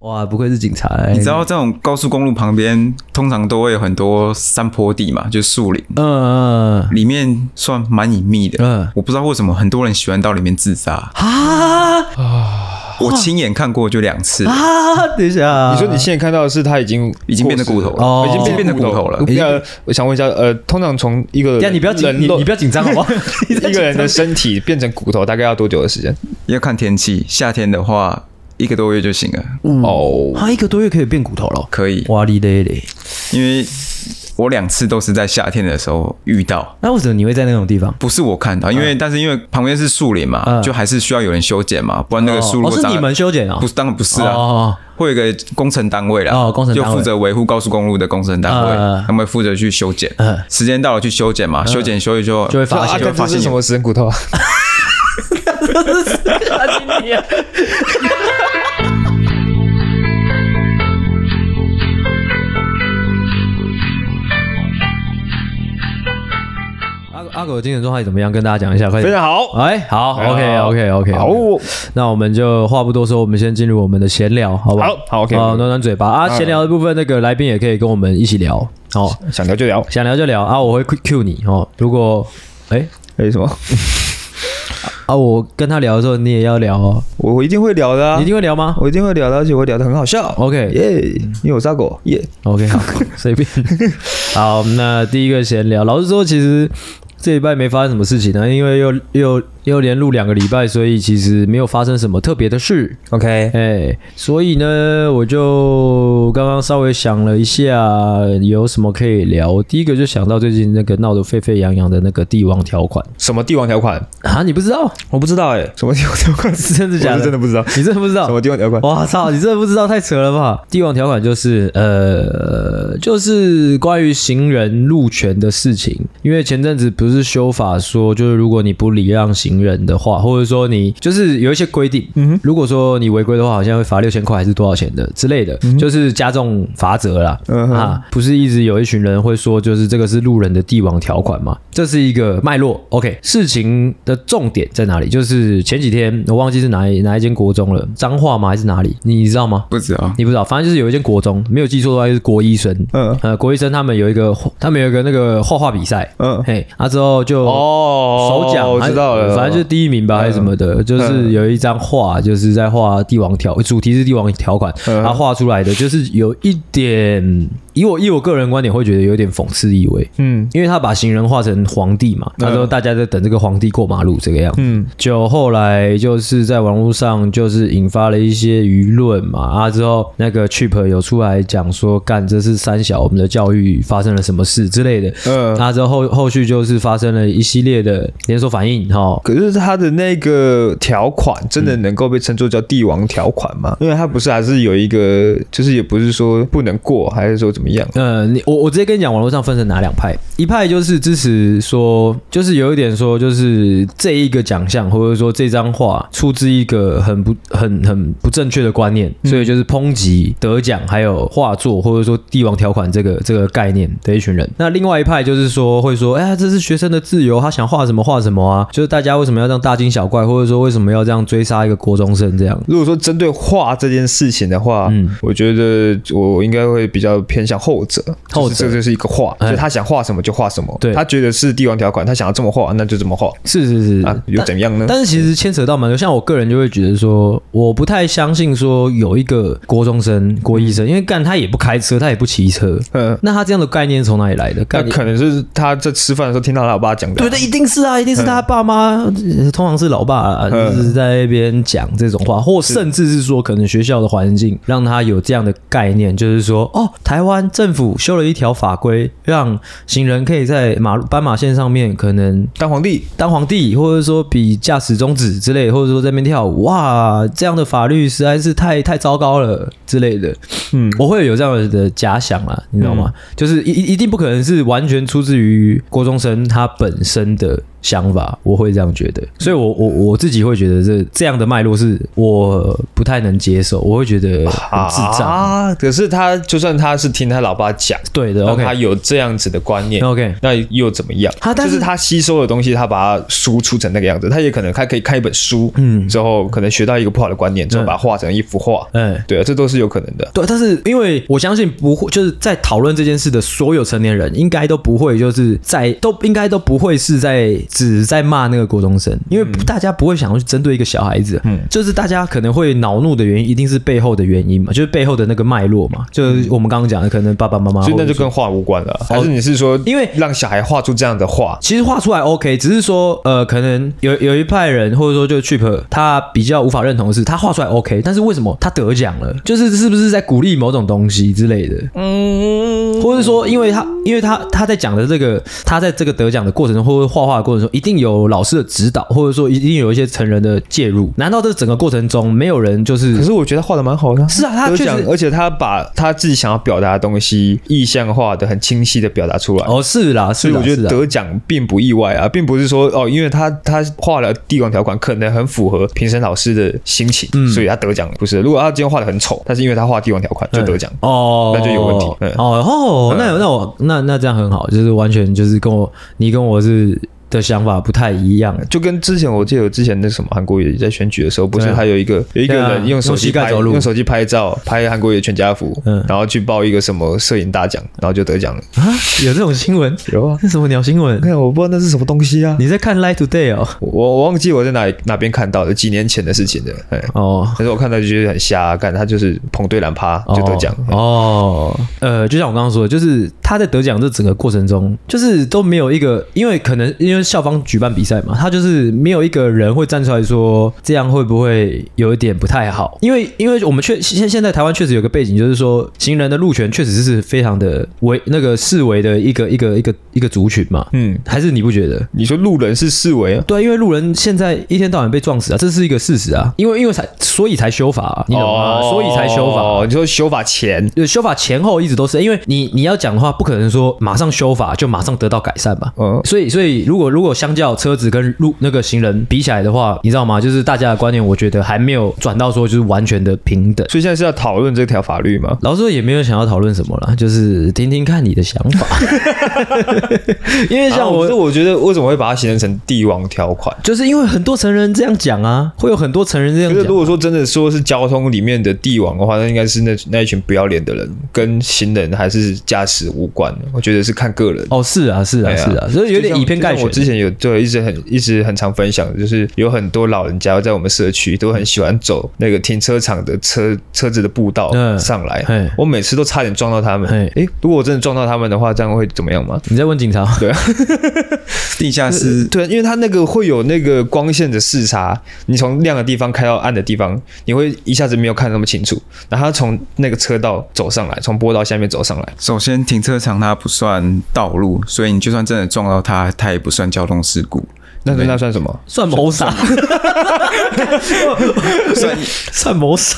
哇，不愧是警察、欸！你知道这种高速公路旁边通常都会有很多山坡地嘛，就是树林，嗯，嗯里面算蛮隐秘的。嗯我不知道为什么很多人喜欢到里面自杀，嗯啊我亲眼看过就两次，啊！等一下，你说你现在看到的是他已经已经变得骨头了，哦已经变变得骨头了。那我想问一下，呃，通常从一个等一下你不要紧，人你肉你不要紧张好不 好？你不要一个人的紧张身体变成骨头，大概要多久的时间？要看天气，夏天的话一个多月就行了，哦，啊他一个多月可以变骨头了，可以，嗯哇哩嘞嘞！因为我两次都是在夏天的时候遇到。那为什么你会在那种地方？不是我看到，因为、但是因为旁边是树林嘛，嗯就还是需要有人修剪嘛，不然那个树如哦果哦是长得你们修剪啊？不是，当然不是啊，哦会有一个工程单位啦，哦工程单位就负责维护高速公路的工程单位，嗯他们负责去修剪，嗯时间到了去修剪嘛，修剪修一修就会发啊，现就会发这现是什有么时间骨头啊？阿阿狗的精神状态怎么样？跟大家讲一下，快非点。常好哎，好，OK OK OK，好，那我们就话不多说，我们先进入我们的闲聊，好不好好？好，OK 啊，暖暖嘴巴啊，嗯闲聊的部分，那个来宾也可以跟我们一起聊哦，想聊就聊，想聊就聊啊，我会 Q 你哦。如果哎为什么？啊，我跟他聊的时候，你也要聊哦，我我一定会聊的啊你一，定会聊吗我一定会聊的，而且我会聊的很好笑。 OK 耶，因为我杀狗，耶， ？OK，好，随 便。好，那第一个闲聊，老实说，其实这礼拜没发生什么事情呢，因为又又又连录两个礼拜，所以其实没有发生什么特别的事。 OK，哎、所以呢，我就刚刚稍微想了一下，有什么可以聊。第一个就想到最近那个闹得沸沸扬扬的那个帝王条款什么帝王条款？啊，你不知道？我不知道哎，什么帝王条款？是真的假的？我是真的不知道，你真的不知道什？么帝王条款？我操！你真的不知道，太扯了吧！帝王条款就是呃，就是关于行人路权的事情。因为前阵子不是修法说，就是如果你不礼让行人的话，或者说你就是有一些规定，嗯，如果说你违规的话，好像会罚六千块还是多少钱的之类的，就是加重罚则啦。嗯哼啊，不是一直有一群人会说，就是这个是路人的帝王条款嘛？这是一个脉络。OK，事情的重点在哪里？就是前几天我忘记是哪一哪一间国中了，彰化吗？还是哪里？你知道吗？不止啊，你不知道，反正就是有一间国中，没有记错的话就是国医生。嗯呃，国医生他们有一个，他们有一个那个画画比赛，嗯，嘿，啊之后就哦首奖，我还知道了，哎嗯反正就是第一名吧，还是什么的，就是有一张画，就是在画帝王条，主题是帝王条款，嗯他画出来的就是有一点，以我以我个人观点会觉得有点讽刺意味，嗯因为他把行人画成皇帝嘛，他说大家在等这个皇帝过马路这个样子。嗯，就后来就是在网络上就是引发了一些舆论嘛，啊之后那个 Chip 有出来讲说，干这是三小我们的教育发生了什么事之类的，啊嗯那之后后后续就是发生了一系列的连锁反应哈、可是他的那个条款真的能够被称作叫帝王条款吗？因为他不是还是有一个，就是也不是说不能过，还是说怎么样？呃，你我我直接跟你讲，网络上分成哪两派？一派就是支持说，就是有一点说，就是这一个奖项或者说这张画出自一个很不很很不正确的观念，所以就是抨击得奖还有画作或者说帝王条款这个这个概念的一群人。那另外一派就是说，会说，哎呀，这是学生的自由，他想画什么画什么啊，就是大家为什么要这样大惊小怪，或者说为什么要这样追杀一个国中生这样？如果说针对画这件事情的话，嗯我觉得我应该会比较偏向后者，后者就是这就是一个画，哎就是他想画什么就画什么，对他觉得是帝王条款，他想要这么画，那就这么画是是是啊，又怎样呢？嗯但是其实牵扯到蛮多，像我个人就会觉得说，我不太相信说有一个国中生、国医生，因为干他也不开车，他也不骑车，嗯，那他这样的概念从哪里来的？那概念可能是他在吃饭的时候听到他老爸讲的对啊，的，一定是啊，一定是他爸妈，呃通常是老爸、啊，嗯就是在那边讲这种话，或甚至是说，可能学校的环境让他有这样的概念，就是说，哦，台湾政府修了一条法规，让行人可以在马路斑马线上面可能当皇帝，当皇帝，或者说比驾驶中指之类，或者说在那边跳舞，哇，这样的法律实在是太太糟糕了之类的。嗯，我会有这样的假想啊啦，你知道吗？就是一一一定不可能是完全出自于郭中生他本身的想法，我会这样觉得。所以我我我自己会觉得这这样的脉络是我不太能接受，我会觉得很智障。啊！可是他就算他是听他老爸讲，对的然后他，OK 有这样子的观念。 OK，那又怎么样？他但就是是他吸收的东西，他把它输出成那个样子，他也可能他可以看一本书，嗯之后可能学到一个不好的观念，之后嗯把它画成一幅画，哎、对啊，这都是有可能的。对，但是因为我相信不会，就是在讨论这件事的所有成年人，应该都不会就是在都应该都不会是在只在骂那个国中生，因为嗯大家不会想要去针对一个小孩子，嗯，就是大家可能会恼怒的原因，一定是背后的原因嘛，就是背后的那个脉络嘛，就是我们刚刚讲的，可能爸爸妈妈，嗯所以那就哦跟画无关了，啊还是你是说，因为让小孩画出这样的画，其实画出来 OK，只是说呃，可能有有一派人或者说就 Chip 他比较无法认同的是，他画出来 OK，但是为什么他得奖了？就是是不是在鼓励某种东西之类的？嗯，或者说因，为他因为他他在讲的这个，他在这个得奖的过程中，或者画画的过程中，一定有老师的指导，或者说一定有一些成人的介入。难道这整个过程中没有人就可是？是我觉得画的蛮好的，是啊他得确实奖，而且他把他自己想要表达的东西意象化的很清晰的表达出来，哦，是啦，所是以我啦，觉是得啦。得奖并不意外啊，并不是说哦，因为他他画了帝王条款，可能很符合评审老师的心情，嗯所以他得奖不是。如果他今天画的很丑，但是因为他画帝王条款就得奖，哦，那就有问题嗯哦哦，那有那我那那这样很好，就是完全就是跟我你跟我是的想法不太一 样。就跟之前我记得有之前那什么韩国也在选举的时候，不是对啊还有一个有一个对啊人用手机用膝盖拍走路用手机拍照拍韩国瑜的全家福，嗯然后去报一个什么摄影大奖，然后就得奖了。啊，有这种新 闻？有啊，那什么鸟新闻？看我不知道那是什么东西啊，你在看《Lie Today》哦？我我忘记我在哪里哪边看到的，几年前的事情的，哎。哦，但是我看到就觉得很瞎、干他就是捧对篮趴就得奖，哦哦。呃，就像我刚刚说的，就是他在得奖这整个过程中，就是都没有一个，因为可能因为校方举办比赛嘛，他就是没有一个人会站出来说这样会不会有一点不太好，因为因为我们确现现在台湾确实有个背景，就是说行人的路权确实是非常的为那个视为的一个一个一个一个族群嘛，嗯，还是你不觉得？你说路人是四维啊？对，因为路人现在一天到晚被撞死啊，这是一个事实啊。因为因为才所以才修法、啊，你懂吗？所以才修法、哦，你说修法前，呃，修法前后一直都是，因为你你要讲的话，不可能说马上修法就马上得到改善吧。嗯，所以，所以如果如果相较车子跟路那个行人比起来的话，你知道吗？就是大家的观念，我觉得还没有转到说就是完全的平等。所以现在是要讨论这条法律吗？老实说也没有想要讨论什么啦，就是听听看你的想法。 因为像像我啊我，是我觉得为什么会把它形容成帝王条款？就是因为很多成人这样讲啊，会有很多成人这可样是讲。如果说真的说是交通里面的帝王的话，那应该是那那一群不要脸的人，跟行人还是驾驶无关。我觉得是看个人。哦，是啊，是啊，对啊是啊，所以有点以偏概全就像欸我。之前有对一直很一直很常分享，就是有很多老人家在我们社区都很喜欢走那个停车场的车车子的步道嗯上来，嘿我每次都差点撞到他们。嘿诶，如果我真的撞到他们的话，这样会怎么样嗯吗？你在问警察？对啊，地下室对，啊因为它那个会有那个光线的视差，你从亮的地方开到暗的地方，你会一下子没有看那么清楚。然后他从那个车道走上来，从坡道下面走上来，首先停车场它不算道路，所以你就算真的撞到它，它也不算交通事故，那那算什么？算谋杀，算 算谋杀。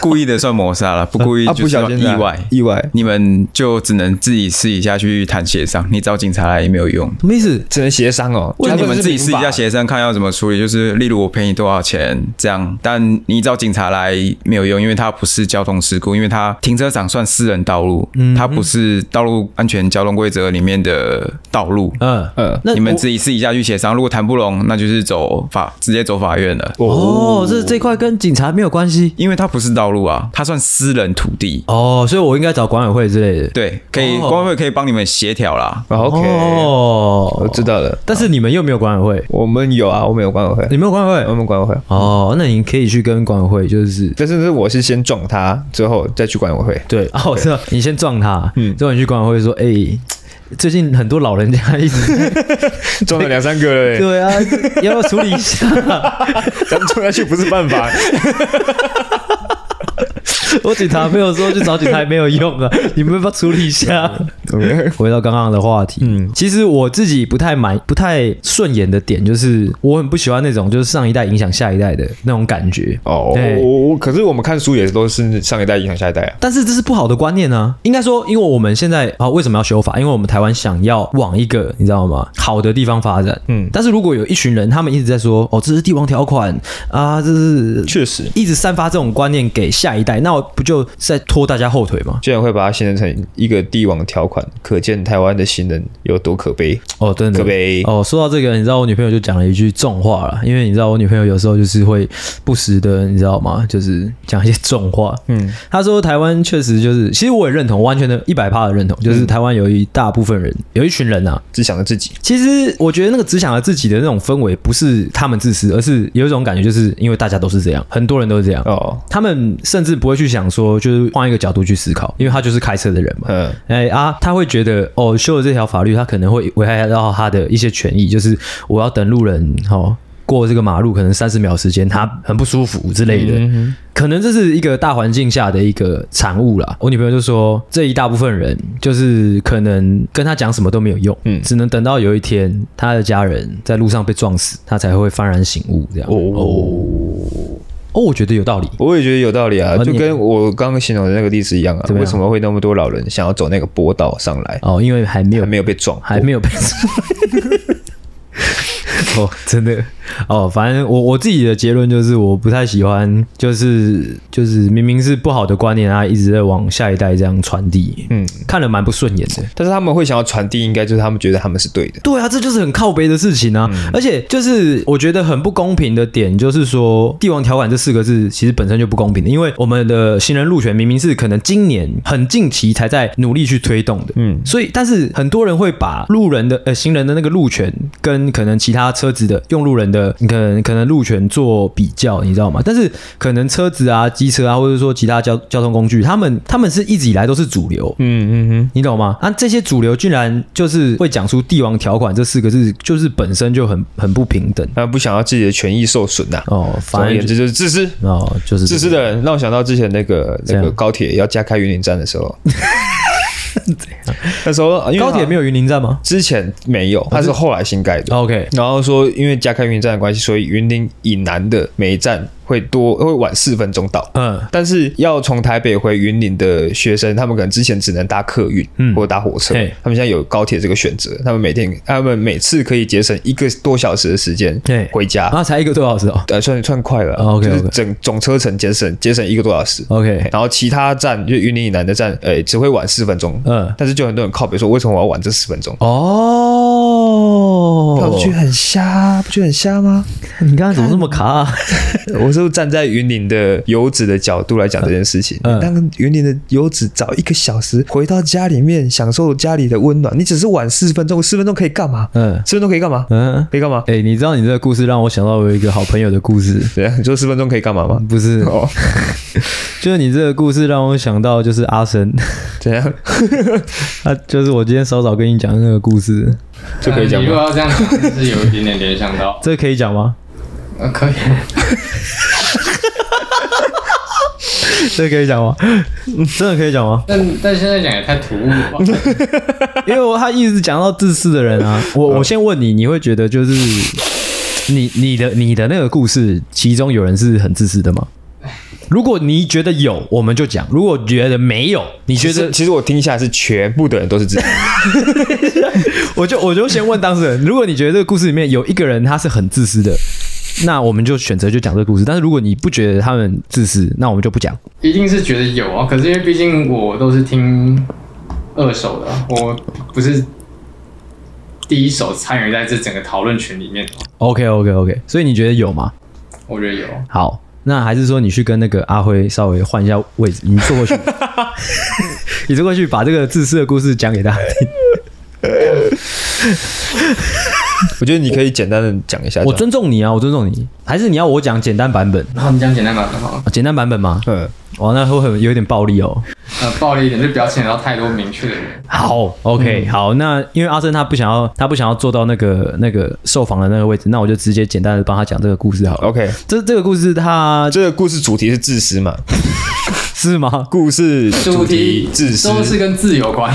故意的算谋杀了，不故意啊，就不是小心意的啊外。意外，你们就只能自己试一下去谈协商，你找警察来也没有用。什么意思？只能协商哦。就他你这们是自己民试一法下协商，看要怎么处理。就是例如我赔你多少钱这样，但你找警察来没有用，因为它不是交通事故，因为它停车场算私人道路，它不是道路安全交通规则里面的道路。呃嗯嗯，那你们我自己试一下去协商，如果谈不拢，那就是走法，直接走法院了。哦，这这块跟警察没有关系因为它不是道路啊，它算私人土地。哦，所以我应该找管委会之类的。对，可以，哦管委会可以帮你们协调啦。啊 OK，、我哦，知道了。但是你们又没有管委会，我们有啊，我们有管委会，你没有管委我会们管委会。哦，那你可以去跟管委会，就是但是是我是先撞他，之后再去管委会。 对哦，是啊你先撞他，嗯之后你去管委会说，哎。最近很多老人家一直撞了两三个了、欸，对啊，要不要处理一下？咱们撞下去不是办法。 我警察朋友说去找警察也没有用啊，你们要不要处理一下？ OK，回到刚刚的话题，嗯，其实我自己不太满、不太顺眼的点，就是我很不喜欢那种就是上一代影响下一代的那种感觉。 哦，对我我我可是我们看书也都是上一代影响下一代啊。但是这是不好的观念啊！应该说，因为我们现在啊，为什么要修法？因为我们台湾想要往一个你知道吗好的地方发展。嗯，但是如果有一群人，他们一直在说哦，这是帝王条款啊，这是确实，一直散发这种观念给下一代，那我不就是在拖大家后腿吗？居然会把它形容成一个帝王条款，可见台湾的行人有多可悲。哦，真的可悲哦，说到这个，你知道我女朋友就讲了一句重话了，因为你知道我女朋友有时候就是会不时的，你知道吗？就是讲一些重话。嗯，她说台湾确实就是，其实我也认同，完全的一百趴的认同，嗯就是台湾有一大部分人，有一群人啊，只想着自己，其实我觉得那个只想着自己的那种氛围，不是他们自私，而是有一种感觉，就是因为大家都是这样，很多人都是这样。哦，他们甚至不会去想说，就是换一个角度去思考，因为他就是开车的人嘛。嗯，哎、啊，他会觉得哦，修了这条法律，他可能会危害到他的一些权益，就是我要等路人哦过这个马路，可能三十秒时间，他很不舒服之类的。可能这是一个大环境下的一个产物啦。我女朋友就说，这一大部分人就是可能跟他讲什么都没有用，嗯，只能等到有一天他的家人在路上被撞死，他才会幡然醒悟这样。哦哦，我觉得有道理。我也觉得有道理啊，哦就你跟我刚刚形容的那个例子一样啊。怎么样为什么会那么多老人想要走那个坡道上来，哦，因为还没有还没有被撞？还没有被 哦，真的哦，反正我我自己的结论就是，我不太喜欢，就是就是明明是不好的观念啊，一直在往下一代这样传递，嗯，看了蛮不顺眼的。但是他们会想要传递，应该就是他们觉得他们是对的。对啊，这就是很靠背的事情啊！而且就是我觉得很不公平的点，就是说“帝王条款”这四个字其实本身就不公平的，因为我们的行人路权明明是可能今年很近期才在努力去推动的，嗯，所以但是很多人会把路人的呃行人的那个路权跟可能其他车子的用路人的你可能可能路权做比较，你知道吗？但是可能车子啊、机车啊，或者说其他交交通工具，他们他们是一直以来都是主流，嗯嗯你懂吗？啊，这些主流居然就是会讲出“帝王条款”这四个字，就是本身就很很不平等嗯，他们不想要自己的权益受损呐、哦。总反而而言之就是自私。哦，就是自私的人让我想到之前那个这那个样高铁要加开云林站的时 候，那时候因为高铁没有，有哦云林站吗之前没有，它是后来新盖的。 ？OK，然后说，因为加开云林站的关系，所以云林以南的每一站会多会晚四分钟到。嗯，但是要从台北回云林的学生，他们可能之前只能搭客运、嗯或者搭火车嘿，他们现在有高铁这个选择，他们每天他们每次可以节省一个多小时的时间嘿回家，啊，才一个多小时哦。呃，算算快了啊，哦，OK，就是 OK 哦整总车程节省节省一个多小时。 OK，然后其他站就云林以南的站，呃，只会晚四分钟，嗯但是就很多人靠北说，为什么我要晚这四分钟？那哦我，觉得很瞎，不觉得很瞎吗？你刚刚怎么这么卡啊？我是站在云林的游子的角度来讲这件事情。嗯当云林的游子早一个小时回到家里面，享受家里的温暖，你只是晚四分钟，四分钟可以干嘛？嗯四分钟可以干嘛？嗯，可以干嘛？哎，你知道你这个故事让我想到我有一个好朋友的故事，对啊，你说四分钟可以干嘛吗？不是，哦，就是你这个故事让我想到就是阿生， 怎样他就是我今天稍早跟你讲的那个故事，，就可以讲呃你如吗？果要这样讲，真是有一点点联想到这个可以讲吗？ 呃，可以，这可以讲吗？ 真的可以讲吗？但但现在讲也太突兀了 吧。 因为我他一直讲到自私的人啊，我我先问你，你会觉得就是你你的你的那个故事，其中有人是很自私的吗？如果你觉得有，我们就讲；如果觉得没有，你觉其得实，其实我听下来是全部的人都是自己，我就我就先问当事人，如果你觉得这个故事里面有一个人他是很自私的。那我们就选择就讲这个故事，但是如果你不觉得他们自私，那我们就不讲。一定是觉得有啊，可是因为毕竟我都是听二手的啊，我不是第一手参与在这整个讨论群里面的， OK OK OK，所以你觉得有吗？我觉得有。好，那还是说你去跟那个阿辉稍微换一下位置，你坐过去， 你坐过去把这个自私的故事讲给大家听。我觉得你可以简单的讲一下。我这样尊重你啊，我尊重你，还是你要我讲简单版本？然后你讲简单版本好了，啊简单版本吗？嗯，哇，那会很有点暴力哦。呃，暴力一点，就不要牵扯到太多明确的人。好，OK，、好，那因为阿森他不想要，他不想要坐到那个那个受访的那个位置，那我就直接简单的帮他讲这个故事好了。 OK，这这个故事他这个故事主题是自私嘛？是吗？故事主题自私，都是跟字有关，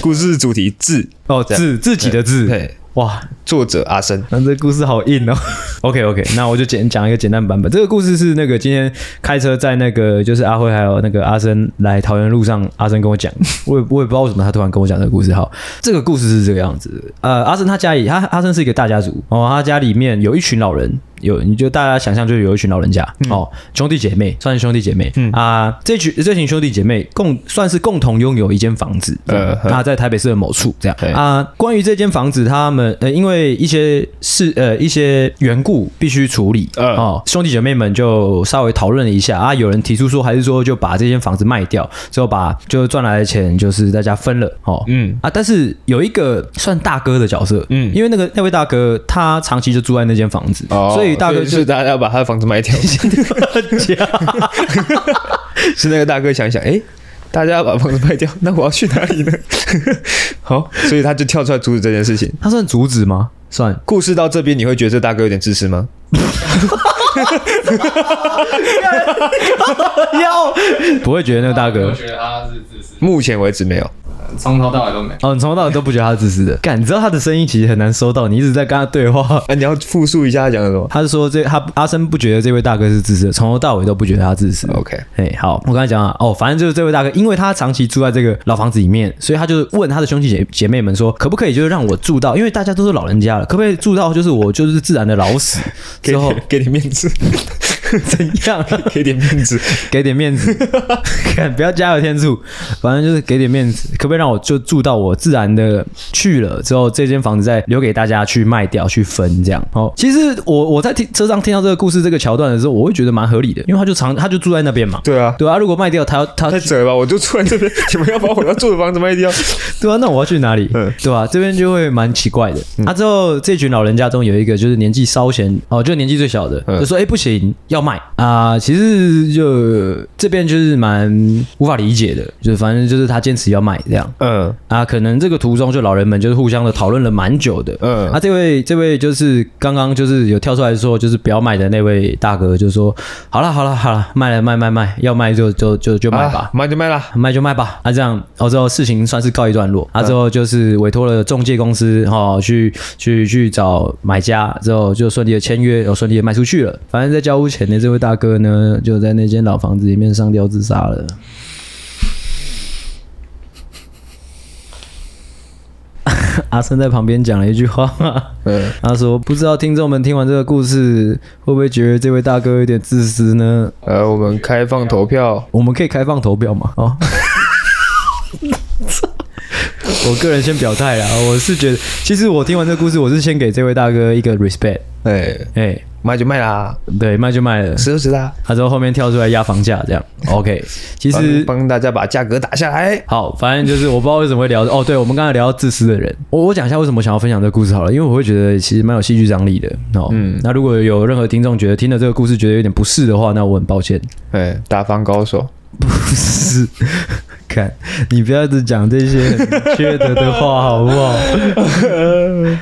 故事主题自哦，这样自自己的字。对，哇，作者阿生。那这故事好硬哦。OK OK，那 我就简讲一个简单版本。这个故事是那个今天开车在那个就是阿辉还有那个阿生来桃园路上，阿生跟我讲，我也我也不知道为什么他突然跟我讲这个故事。好，这个故事是这个样子的。呃，阿生他家里，他阿生是一个大家族哦，他家里面有一群老人。有，你就大家想象就是有一群老人家、哦，兄弟姐妹算是兄弟姐妹、啊，这群这群兄弟姐妹共算是共同拥有一间房子，呃呃，那在台北市的某处这样对啊。关于这间房子，他们呃因为一些事呃一些缘故必须处理，嗯哦，兄弟姐妹们就稍微讨论了一下啊，有人提出说还是说就把这间房子卖掉，之后把就赚来的钱就是大家分了哦，嗯啊，但是有一个算大哥的角色，嗯嗯，因为那个那位大哥他长期就住在那间房子，哦所以大哥所就就是大家要把他的房 子卖掉，是那个大哥想一想，哎、大家要把房子卖掉，那我要去哪里呢？ 好，所以他就跳出来阻止这件事情。他算阻止吗？算，故事到这边，你会觉得这大哥有点自私吗？不会觉得那个大哥我觉得他是自私，目前为止没有。从头到尾都没。哦，你从头到尾都不觉得他是自 私的，干，你知道他的声音其实很难收到，你一直在跟他对话。啊，你要复述一下他讲的什么他是说这他阿生不觉得这位大哥是自私的，从头到尾都不觉得他自私。 ？OK，哎，好，我刚才讲啊，哦，反正就是这位大哥，因为他长期住在这个老房子里面，所以他就问他的兄弟姐姐妹们说，可不可以就是让我住到，因为大家都是老人家了，可不可以住到就是我就是自然的老死给之后 你给你面子， 怎样？啊 给点面子。给点面 子，看不要加油添醋，反正就是给点面子，可不可以让我就住到我自然的去了之后，这间房子再留给大家去卖掉去分这样。哦，其实我我在听车上听到这个故事这个桥段的时候，我会觉得蛮合理的，因为他就常他就住在那边嘛。对啊，对啊，如果卖掉他他太扯了吧！我就住在这边， 你们要把我要住的房子卖掉。对啊，那我要去哪里？嗯对啊吧、这边就会蛮奇怪的。啊，之后这群老人家中有一个就是年纪稍显哦，就年纪最小的，嗯就说哎、诶不行，要卖啊、其实就这边就是蛮无法理解的，就是反正就是他坚持要卖这样。嗯啊，可能这个途中就老人们就是互相的讨论了蛮久的。嗯啊，这位这位就是刚刚就是有跳出来说就是不要卖的那位大哥，就说好了好了好了，卖了卖卖卖，要卖就就就就卖吧。啊卖就卖啦。卖就卖吧。啊，这样，哦，之后事情算是告一段落。啊，之后就是委托了中介公司，哦，去去去找买家，之后就顺利的签约，有顺利的卖出去了。反正，在交屋前的这位大哥呢，就在那间老房子里面上吊自杀了。 阿生在旁边讲了一句话， 嗯，他说：“不知道听众们听完这个故事，会不会觉得这位大哥有点自私呢？”呃，我们开放投票。我们可以开放投票嘛？哦，我个人先表态啦，我是觉得，其实我听完这个故事，我是先给这位大哥一个 respect，哎，哎、卖就卖啦，对，卖就卖了，值就值啦。他之后后面跳出来压房价这样，OK，其帮实。帮大家把价格打下来。好，反正就是我不知道为什么会聊哦，对我们刚才聊到自私的人，我我讲一下为什么想要分享这个故事好了，因为我会觉得其实蛮有戏剧张力的哦。嗯，那如果有任何听众觉得听了这个故事觉得有点不适的话，那我很抱歉。哎，打方高手，是， 看你不要只讲这些很缺德的话，好不好？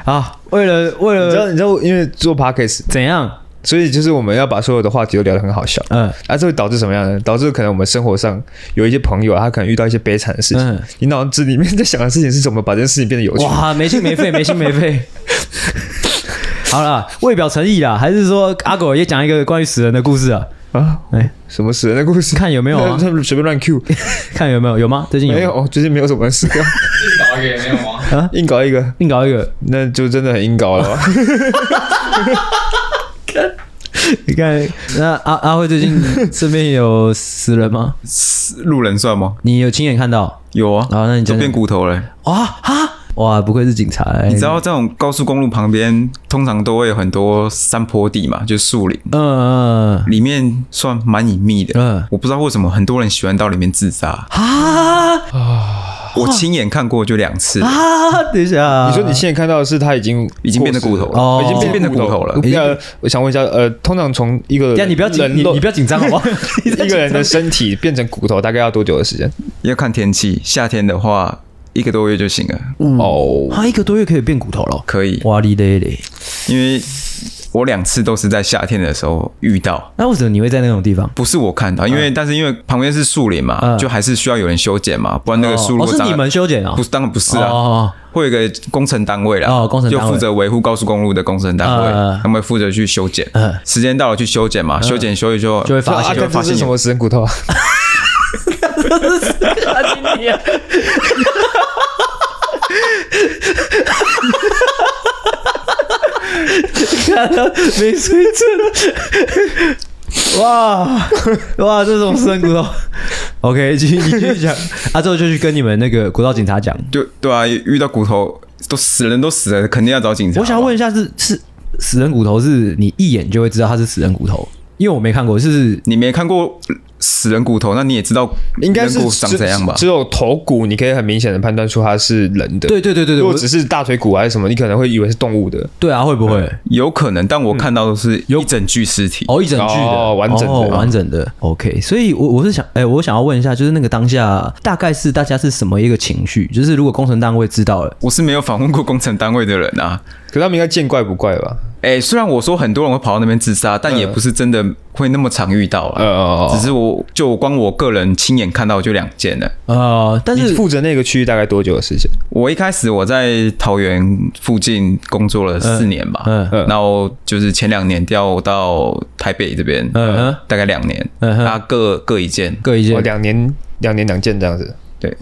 啊，为了为你知道了你知道，因为做 podcast，怎样？所以就是我们要把所有的话题都聊得很好笑。嗯啊，这会导致什么样呢？导致可能我们生活上有一些朋友啊，他可能遇到一些悲惨的事情，嗯你脑子里面在想的事情是怎么把这件事情变得有趣。哇，没心没肺，没心没肺。好了，为表诚意啦，还是说阿狗也讲一个关于死人的故事啊？啊，哎，什么死人的故事？看有没有 啊他们随便乱 Q，看有没有有吗？最近有吗没？有，最近没有什么事， 自己搞一个也没有吗？硬搞一个，另搞一个，那就真的很硬 搞了啊吧。你看那阿阿辉最近身边有死人吗？路人算吗？你有亲眼看到有啊，哦好那你就讲变骨头了欸、哇啊！哇，不愧是警察、欸，你知道这种高速公路旁边通常都会有很多山坡地嘛，就是树林，嗯？嗯嗯里面算蛮隐秘的。嗯我不知道为什么很多人喜欢到里面自杀。啊！我亲眼看过就两次，啊，等一下，你说你现在看到的是它已经已经变成骨头了，哦已经变变成骨头了。那我想问一下，呃，通常从一个等一下你不要紧，人你肉你不要紧张好 不好？你在 紧一个张人的身体变成骨头，大概要多久的时间？要看天气，夏天的话一个多月就行了，嗯哦，他一个多月可以变骨头了，可以。哇哩嘞嘞！因为我两次都是在夏天的时候遇到，那为什么你会在那种地方？不是我看到，因为但是因为旁边是树林嘛，嗯就还是需要有人修剪嘛，不然那个树如哦果是长你得们修剪啊？不是，当然不是啊，哦会有一个工程单位啦，哦工程单位就负责维护高速公路的工程单位，嗯他们负责去修剪，嗯时间到了去修剪嘛，修剪修一修呃就会发啊，现就看会这发是现什有么时间 骨头啊？看到 没水 准，哇哇，这种生骨头。OK，继续你继 续讲，啊，之后就去跟你们那个国道警察讲。就对啊，遇到骨头都死人都死了，肯定要找警察。我想问，一下是，是死人骨头是你一眼就会知道它是死人骨头，因为我没看过，是你没看过死人骨头，那你也知道应该是人骨长只怎样吧？只有头骨，你可以很明显的判断出它是人的。对对对对对，如果我只是大腿骨还是什么，你可能会以为是动物的。对啊，会不会？嗯有可能，但我看到的是一整具尸体。哦，一整句的，哦完整的哦完整的。OK，所以我，我是想，哎、我想要问一下，就是那个当下大概是大家是什么一个情绪？就是如果工程单位知道了，我是没有访问过工程单位的人啊。可他们应该见怪不怪吧？哎、虽然我说很多人会跑到那边自杀，但呃也不是真的会那么常遇到呃啊。哦，只是我就光我个人亲眼看到就两件了。呃，但你是负责那个区域大概多久的时间？我一开始我在桃园附近工作了四年吧，嗯嗯，然后就是前两年调到台北这边，嗯嗯哼，大概两年，嗯哼嗯，啊各各一件，各一哦，件，两年两年两件这样子。对，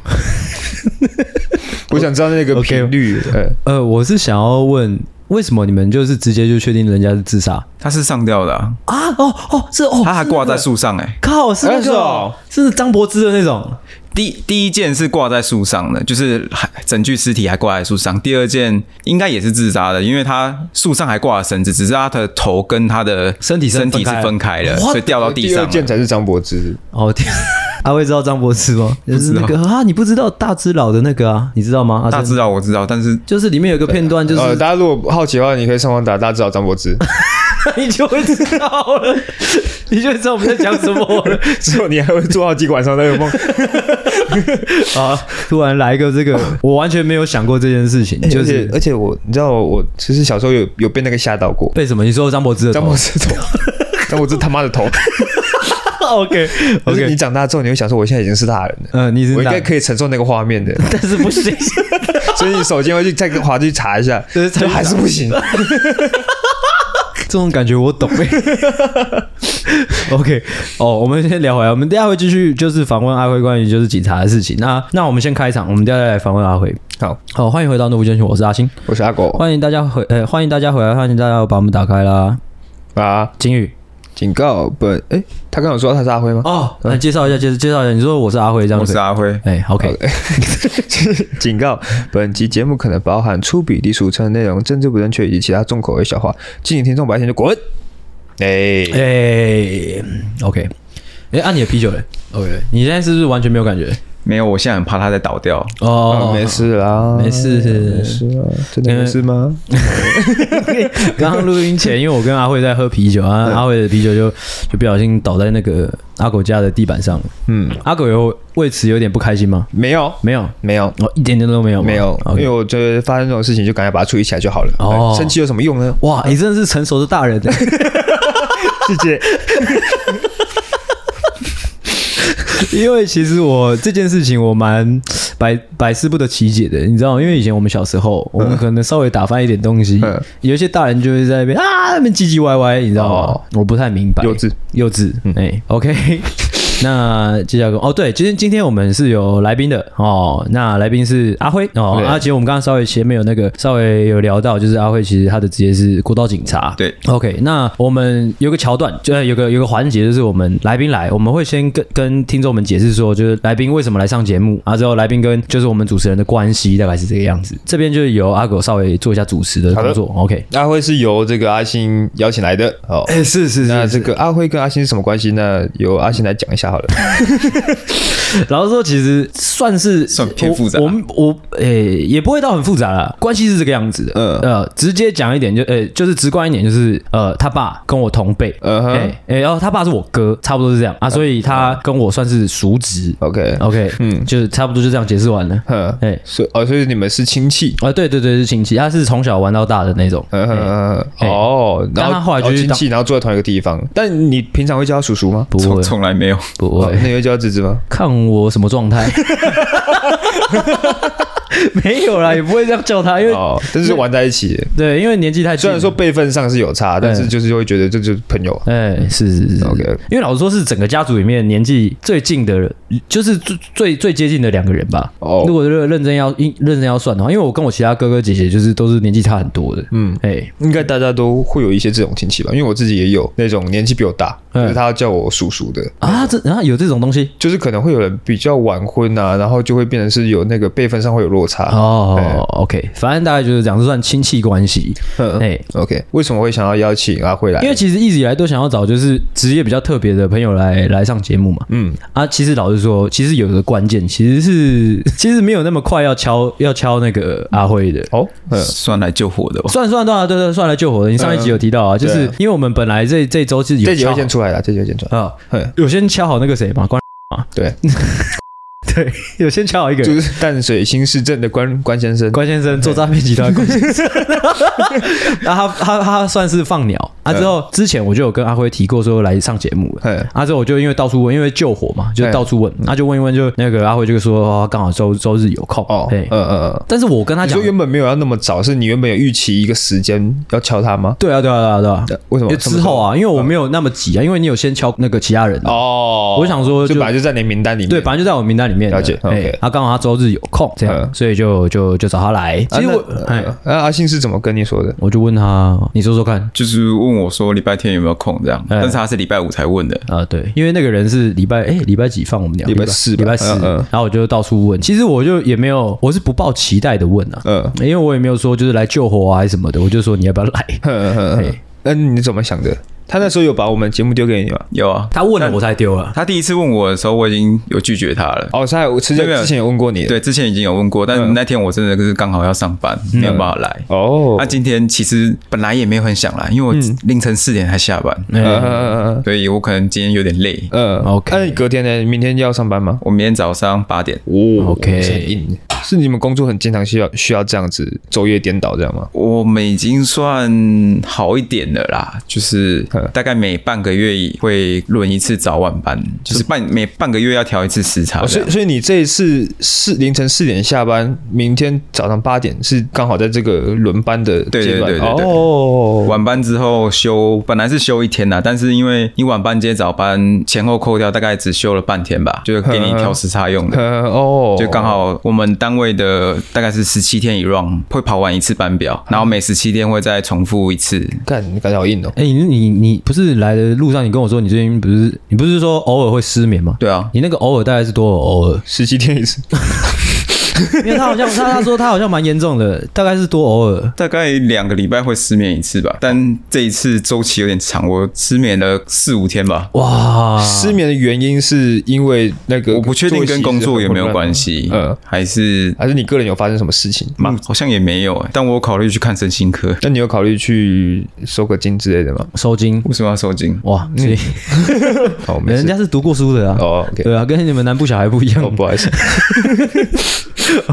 我想知道那个 OK 频率。呃，呃，我是想要问，为什么你们就是直接就确定人家是自杀他是上吊的、啊，啊？哦哦，是哦，他还是那挂在个。树上哎、靠，是那哎是个哦哦，是张柏芝的那种，第第一件是挂在树上的，就是还整具尸体还挂在树上。第二件应该也是自杀的，因为他树上还挂了绳子，只是他的头跟他的身体是身体是分分开开的的， What？所以掉到地第上二了。件才是张柏芝。哦天， 阿威知道张柏芝吗？就是那个啊，你不知道大只佬的那个啊，你知道吗？啊他真的知道我知道，但是就是里面有个片段，就是呃，大家如果好奇的话，你可以上网打，大家知道张柏芝。你就会知道了，你就会知道我们在讲什么 了。 之后你还会做好几个晚上那个 梦。啊！突然来一个这 个，我完全没有想过这件事情，就而且是哎而且我，你知道我其实小时候有有被那个吓到过，被什么？你说张柏芝的头张柏 芝头，张柏芝他妈的头。 ？OK 但是你 OK，长大之后，你会想说，我现在已经是大人了。嗯，你是我应该以，可以承受那个画 面的，但是不 行，所以你首先会去再跟华去查一下，对就还是不行。这种感觉我懂。OK，哦，我们先聊回来，我们等一下会继续就是访问阿辉关于就是警察的事情。那那我们先开场，我们等一下再来访问阿辉。好，好，欢迎回到内部坚群，我是阿星，我是阿狗欢迎大家回，呃，欢迎大家回来，欢迎大家把我们打开啦。啊，金宇，警告本哎，他刚有说他是阿辉吗？哦，来介绍一下，介介绍一下，你说我是阿辉这样我子是，阿辉，哎，OK，警告：本集节目可能包含粗鄙、低俗、成人内容、政治不正确以及其他重口味笑话，敬请听众白天就滚。哎、哎，OK，哎，按你的啤酒嘞，OK，你现在是不是完全没有感觉？没有，我现在很怕他在倒掉。哦啊，没，事呃啦，没事没事啊，真的没事吗？ 刚刚录音前，因为我跟阿慧在喝啤酒啊，阿慧的啤酒就就不小心倒在那个阿狗家的地板上了。嗯，阿狗有为此有点不开心吗？没有，没有，没有，哦，一点点都没有吗，没有，因为哦 OK。我觉得发生这种事情就赶快把它处理起来就好了。哦生气有什么用呢？哇，你真的是成熟的大人欸， 谢谢。 因为其实我这件事情我蛮百百思不得其解的，你知道吗？因为以前我们小时候，我们可能稍微打翻一点东西，嗯有一些大人就会在那边啊，那边唧唧歪歪，你知道吗？哦我不太明白，幼稚，嗯幼稚，哎、o k 那接下来哦，对，今天今天我们是有来宾的哦，那来宾是阿辉哦，对阿杰，其实我们刚刚稍微前面有那个稍微有聊到，就是阿辉其实他的职业是国道警察，对，OK，那我们有个桥段，就呃有个有个环节，就是我们来宾来，我们会先跟跟听众们解释说，就是来宾为什么来上节目，啊，之后来宾跟就是我们主持人的关系大概是这个样子。这边就由阿狗稍微做一下主持的工作，OK。阿辉是由这个阿星邀请来的哦。哎，是是那是，这个阿辉跟阿星是什么关系呢？由阿星来讲一 下好了。然后说其实算是算偏复杂我我们我诶、也不会到很复杂啦，关系是这个样子的。嗯呃，直接讲一点就诶、就是直观一点就是呃，他爸跟我同辈，嗯哼诶诶然后他爸是我哥，差不多是这样啊，所以他跟我算是叔侄。 OK， OK，嗯，嗯就是差不多就这样解释完了。哼，哎所以哦，所以你们是亲戚。啊，对对对，是亲戚，他是从小玩到大的那种。嗯哼哎嗯哎哼，哦，但然他后来就哦去亲当戚，然后住在同一个地方。但你平常会叫他叔叔吗？不从会从来没有。不哦会，那你会叫他侄子吗？看我什么状态。 没有啦，也不会这样叫他，因为哦，但是玩在一起的，对，因为年纪太近了。虽然说辈分上是有差，但嗯是就是会觉得这就是朋友。啊哎、是是是 OK，因为老实说，是整个家族里面年纪最近的人，就是最最最接近的两个人吧。哦如果认认真要认认真要算的话，因为我跟我其他哥哥姐姐就是都是年纪差很多的，嗯，哎、应该大家都会有一些这种亲戚吧，因为我自己也有那种年纪比我大，嗯就是他叫我叔叔的，啊，这啊有这种东西就是可能会有人比较晚婚啊，然后就会变成是有那个辈分上会有落差。哦、哎 o k 反正大概就是这样，就算亲戚关系，嗯哎 OK，为什么会想要邀请阿慧来？因为其实一直以来都想要找就是职业比较特别的朋友来来上节目嘛，嗯，啊，其实老实说，其实有个关键其实是其实没有那么快要敲要敲那个阿辉的，哦，嗯， 算来救火的哦吧。 算算对啊，对对，算来救火的。你上一集有提到啊，就是对啊因为我们本来这这周是有这集敲会好先出来了，这集会先出来。啊，嗯，有先敲好那个谁嘛，关 对， 对，有先敲好一个人就是淡水新市镇的关关先生，关先生做诈骗集团的关先生， 那他他他算是放鸟啊。之后之前我就有跟阿辉提过说来上节目了。嗯，啊，之后我就因为到处问，因为救火嘛，就嗯到处问，他、就问一问就，那个阿辉就说哦刚、好周周日有空，哦，对嗯。嗯嗯。但是我跟他你讲说，原本没有要那么早，是你原本有预期一个时间要敲他吗？对啊对啊对啊对啊，为什么嗯因为之后啊，因为我没有那么急啊，因为你有先敲那个其他人啊，哦，我想说就就本来就在你名单里面。对，反正就在我名单里面的。了解哎 OK，他刚好他周日有空，这样，嗯所以就就就找他来。啊，其实我，那哎，呃啊阿信是怎么跟你说的？我就问他，你说说看。就是问我说礼拜天有没有空这样，哎嗯但是他是礼拜五才问的，啊，对，因为那个人是礼拜哎，礼拜几放我们俩？礼拜四吧礼拜四嗯嗯。然后我就到处问，其实我就也没有，我是不抱期待的问啊，嗯因为我也没有说就是来救火啊还是什么的，我就说你要不要 来？哼哼哼，那你怎么想的？他那时候有把我们节目丢给你吗？有啊。他问了我才丢了。他第一次问我的时候，我已经有拒绝他了。哦，他有之前没有之前有问过你，，对，之前已经有问过，但那天我真的是刚好要上班，没有办法来。嗯哦那、，今天其实本来也没有很想来，因为我凌晨四点才下班，哎嗯嗯嗯所以我可能今天有点累。嗯，OK 那你隔天呢？明天要上班吗？我明天早上八点，哦 OK 硬，是你们工作很经常需要需要这样子昼夜颠倒这样吗？我们已经算好一点了啦，就是嗯大概每半个月会轮一次早晚班，就是半每半个月要调一次时差哦，这所样。以所以你这一次是凌晨四点下班，明天早上八点是刚好在这个轮班的对阶段对对对对哦，晚班之后休，本来是休一天呐，但是因为你晚班接早班，前后扣掉大概只休了半天吧，就是给你调时差用的。呃哦，就刚好我们单位的大概是十七天一 round 会跑完一次班表，然后每十七天会再重复一次。干，你感觉好硬哦。哎，你你你不是来的路上，你跟我说你最近不是你不是说偶尔会失眠吗？对啊，你那个偶尔大概是多偶尔？十七天一次，因为他好像他他说他好像蛮严重的，大概是多偶尔。大概两个礼拜会失眠一次吧，但这一次周期有点长，我失眠了四五天吧。哇，失眠的原因是因为那个啊我不确定跟工作有没有关系，系，嗯还是还是你个人有发生什么事情？嘛，好像也没有、欸，但我有考虑去看身心科。 那你有考虑去收个金之类的吗？收金为什么要收紧？哇，所以哦，没人事。家是读过书的啊。哦，OK，对啊，跟你们南部小孩不一样哦，。不好意思。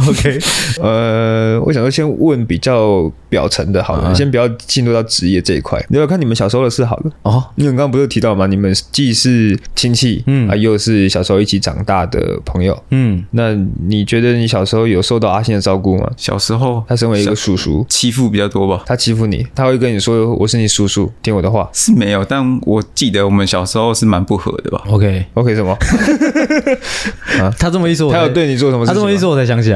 OK，呃，我想说先问比较表层的好了，啊先不要进入到职业这一块。聊聊看你们小时候的事好了。哦，因为你刚刚不是有提到吗？你们既是亲戚，嗯啊，又是小时候一起长大的朋友。嗯，那你觉得你小时候有受到阿信的照顾吗？小时候他身为一个叔叔，欺负比较多吧？他欺负你，他会跟你说我是你叔叔，听我的话。是没有，但我记得我们小时候是蛮不合的吧？ OK， OK 什么？他这么一说， 我他才有对你做什么事他情这吗？么一说，我才想起来。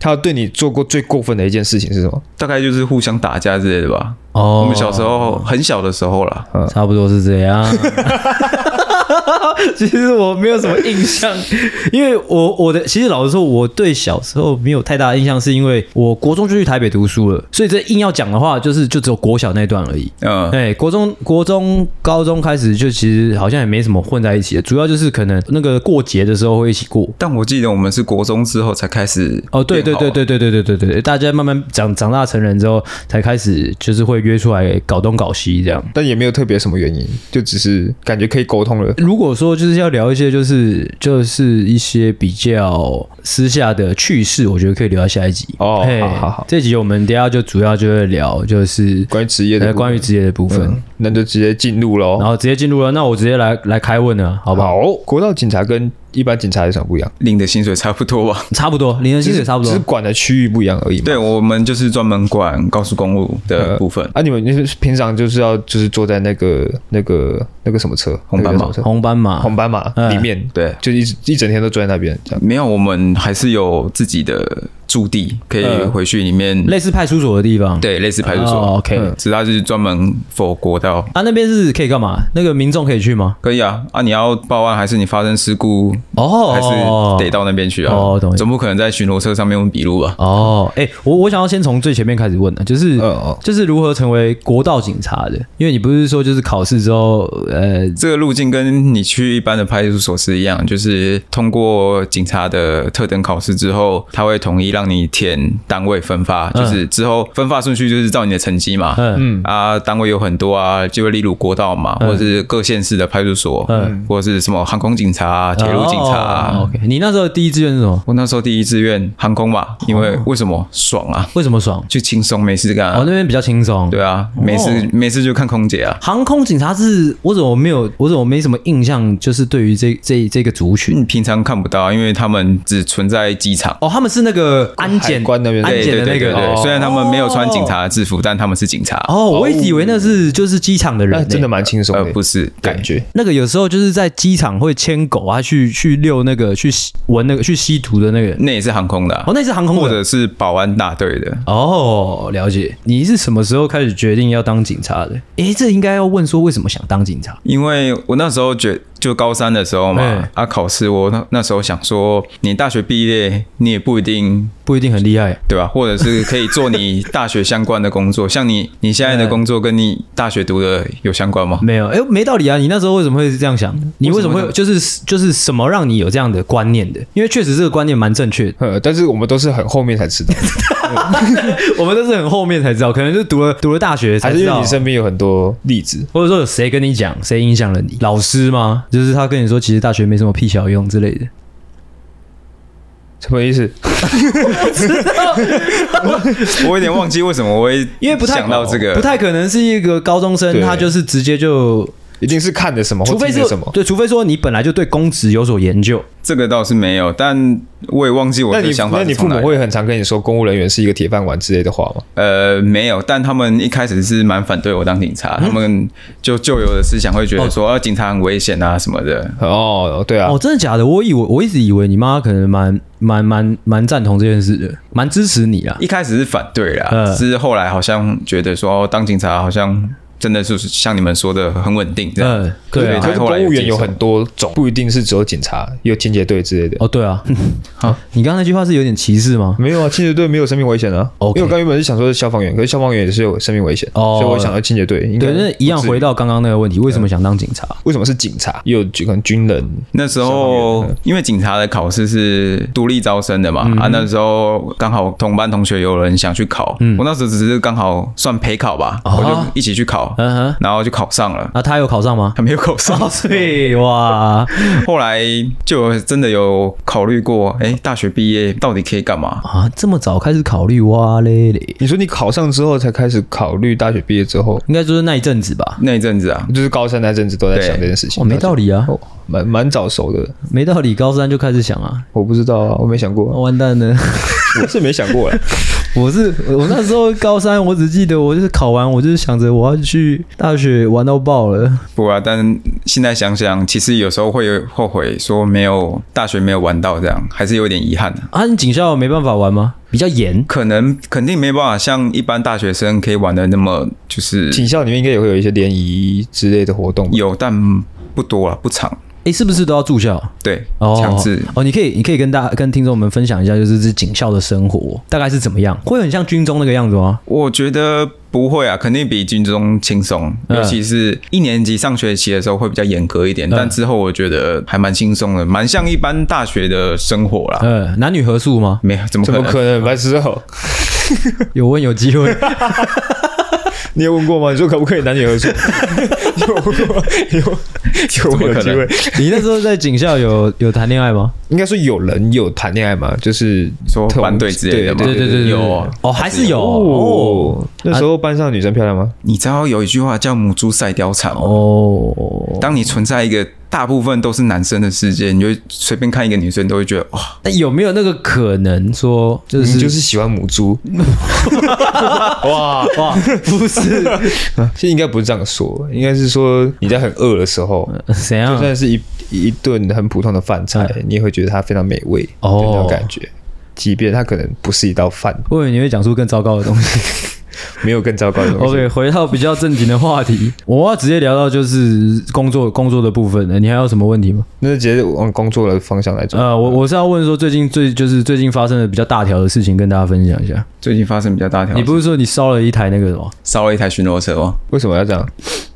他有对你做过最过分的一件事情是什么？大概就是互相打架之类的吧。哦，嗯我 们小时候很小的时候啦，差不多是这样。其实我没有什么印象，因为我我的其实老实说，我对小时候没有太大的印象，是因为我国中就去台北读书了，所以这硬要讲的话，就是就只有国小那段而已。嗯，哎，国中、国中、高中开始就其实好像也没什么混在一起的，主要就是可能那个过节的时候会一起过。但我记得我们是国中之后才开始哦，对对变好对，对对对对对对，大家慢慢长长大成人之后，才开始就是会约出来搞东搞西这样。但也没有特别什么原因，就只是感觉可以沟通了。如果说就是要聊一些就是就是一些比较私下的趣事，我觉得可以聊到下一集哦嘿好好好这集我们等一下就主要就会聊就是关于职业呃的，嗯关于职业的部分，那就直接进入嗯然喽。后直哦接进入了，那我直接来来开问了，好不好？好，国道警察跟一般警察有什么不一样？领的薪水差不多吧？差不多，你的薪水差不只多是。管的区域不一样而已嘛。对，我们就是专门管高速公路嗯的部分，啊，你们就是平常就是要就是坐在那个那个那个什么车，红斑马那个叫什么红斑马车，红斑马嗯里面，对就一直一整天都坐在那边这样。没有，我们还是有自己的驻地，可以嗯回去里面，类似派出所的地方，对，类似派出所。哦，OK 嗯只是它就是专门 for 国道。啊，那边是可以干嘛？那个民众可以去吗？可以啊，啊，你要报案还是你发生事故，哦，还是得到那边去啊？哦懂总不可能在巡逻车上面问笔录吧？哦，哎、我我想要先从最前面开始问的，就是、嗯哦就是如何成为国道警察的？因为你不是说就是考试之后，呃，这个路径跟你去一般的派出所是一样，就是通过警察的特等考试之后，他会统一让你填单位分发，嗯就是之后分发顺序就是照你的成绩嘛。嗯嗯啊，单位有很多啊，就例如国道嘛，嗯或者是各县市的派出所，嗯或者是什么航空警察、啊、铁路警察、啊。哦 OK，你那时候第一志愿是什么？我那时候第一志愿航空哦嘛，因为为什么爽啊，为什么爽？就轻松没事干、啊。哦，那边比较轻松。对啊，没事、哦没事就看空姐啊。航空警察是，我怎么没有，我怎么没什么印象？就是对于这这这个族群你平常看不到，因为他们只存在机场。哦，他们是那个安检海关那边安对检对的那对对个对，哦虽然他们没有穿警察的制服，但他们是警察。哦，我一直以为那是就是机场的人、那欸，啊真的蛮轻松呃，的，不是，对感觉，那个有时候就是在机场会牵狗啊，去去遛那个，去吸闻那个，去吸毒的那个。那也是航空的啊哦，，那是航空或的。者是保安大队的。哦，了解。你是什么时候开始决定要当警察的？诶，这应该要问说为什么想当警察？因为我那时候觉就高三的时候嘛哎，啊考试，我那那时候想说，你大学毕业你也不一定不一定很厉害。对吧？或者是可以做你大学相关的 工作，像你你现在的工作跟你大学读的有相 关吗？没有，诶，没道理啊！你那时候为什么会是这样想？你为什么会就是就是什么让你有这样的观念的？因为确实这个观念蛮正确的呃，但是我们都是很后面才知道， 我们都是很后面才知道，可能就读了读了大学才还是知因为道你。身边有很多例子。或者说有谁跟你讲，谁影响了你？老师吗？就是他跟你说，其实大学没什么屁小用之类的。什么意思？我有点忘记为什么我会因为不太想到这个，不太可能是一个高中生，对他就是直接就，一定是看的什么，除非或听是的什么？对，除非说你本来就对公职有所研究，这个倒是没有，但我也忘记我那你的想法那是你父从哪母里会很常跟你说公务人员是一个铁饭碗之类的话吗？呃没有，但他们一开始是蛮反对我当警嗯察，他们就旧有的思想会觉得说，啊，警察很危险啊什么的。哦，对啊，哦，真的假的？我以为我一直以为你妈可能蛮蛮蛮蛮赞同这件事的，蛮支持你啊。一开始是反对啦，嗯只是后来好像觉得说、哦当警察好像真的就是像你们说的很稳定这样。嗯，对对啊他，可是公务员有很多种，不一定是只有警察，有清洁队之类的。哦，对啊。好你刚刚那句话是有点歧视吗？没有啊，清洁队没有生命危险啊。 OK 因为我刚原本是想说是消防员，可是消防员也是有生命危险，哦所以我想到清洁队应该对，那一样不至于回到刚刚那个问题，为什么想当警察？为什么是警察，也有可能军人。那时候嗯因为警察的考试是独立招生的嘛，啊，那时候刚好同班同学有人想去考，我那时候只是刚好算陪考吧，嗯哦我就一起去考，嗯哼，然后就考上了，啊那他有考上吗？还没有考上。哦，对哇， 后来就真的有考虑过，哎、大学毕业到底可以干嘛？啊，这么早开始考虑哇嘞嘞，你说你考上之后才开始考虑大学毕业之后，应该就是那一阵子吧？那一阵子啊，就是高三那阵子都在想对这件事情。哦，没道理啊，哦，蛮蛮早熟的，没道理，高三就开始想啊，我不知道啊，我没想过，完蛋了！ 我是没想过 了。我是我那时候高三，我只记得我就是考完，我就是想着我要去大学玩到爆了。不啊，但现在想想，其实有时候会有后悔，说没有大学没有玩到，这样还是有点遗憾的、啊，你警校没办法玩吗？比较严可能肯定没办法像一般大学生可以玩的那么，就是警校里面应该也会有一些联谊之类的活动吧，有但不多啊，不长。诶，是不是都要住校？对，哦，强制。哦，你可以，你可以跟大家、跟听众们分享一下，就是这警校的生活大概是怎么样？会很像军中那个样子吗？我觉得不会啊，肯定比军中轻松，嗯尤其是一年级上学期的时候会比较严格一点，但之后我觉得还蛮轻松的，蛮像一般大学的生活啦。呃，男女合宿吗？没有，怎么怎可么能？可能？白痴哦！ 有问有机 会， 你有问过吗？你说可不可以男女合宿？你 有问过吗？ 有有没怎么可有机会能？你那时候在警校有有谈恋爱吗？应该说有人有谈恋爱吗？就是说特务班队之类的吗对对对啊对有哦哦，还是有哦哦。那时候班上女生漂亮吗？你知道有一句话叫“母猪赛貂蝉”吗？哦，当你存在一个大部分都是男生的世界，你就会随便看一个女生都会觉得哇，那有没有那个可能说，就你是就是喜欢母猪。 哇，哇，不是 其实应该不是这样说，应该是说你在很饿的时候，怎就样？算是一一顿很普通的饭菜，你也会觉得它非常美味哦的那种感觉。即便它可能不是一道饭，我以为你会讲出更糟糕的东西。没有更糟糕的东西。 OK，回到比较正经的话题，我要直接聊到就是工作工作的部分了。你还有什么问题吗？那就直接往工作的方向来走。呃，我我是要问说，最近最就是最近发生的比较大条的事情，跟大家分享一下。最近发生比较大条，你不是说你烧了一台那个什么烧了一台巡逻车吗？为什么要这样？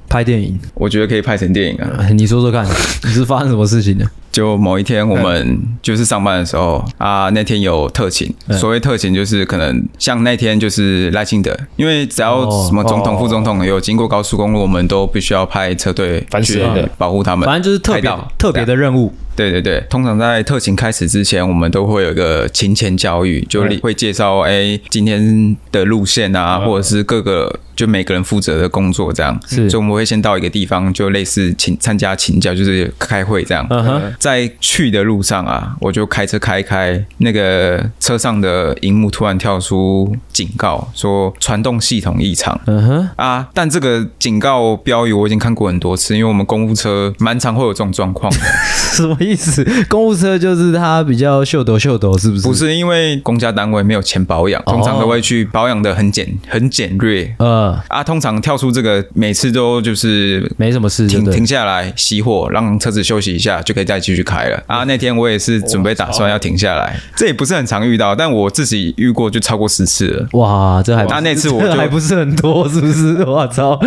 拍电影？ 我觉得可以拍成电影啊！呃你说说看，你是发生什么事情呢？就某一天我们嗯就是上班的时候啊，那天有特勤。所谓特勤就是可能像那天就是赖清德，因为只要哦什么总统、哦副总统有经过高速公路，我们都必须要派车队烦死去了保护他们。反正就是特拍别到特别的任务。对对对，通常在特勤开始之前，我们都会有一个勤前教育，就嗯会介绍哎、今天的路线啊，嗯或者是各个就每个人负责的工作这样。是所以我们会先到一个地方，就类似请参加请教，就是开会这样。嗯哼，在去的路上啊，我就开车开一开，那个车上的荧幕突然跳出警告，说传动系统异常。嗯哼，啊！但这个警告标语我已经看过很多次，因为我们公务车蛮常会有这种状况的。 什么意思？公务车就是它比较秀逗秀逗，是不是？不，是因为公家单位没有钱保哦养，通常都会去保养的很简很简略呃，啊。通常跳出这个，每次都就是没什么事，对停不对停？下来熄火，让车子休息一下，就可以再继续开了嗯啊。那天我也是准备打算要停下来，这也不是很常遇到，但我自己遇过就超过十次了。哇，这还不那是那次我这就还不是很多，是不是？我操，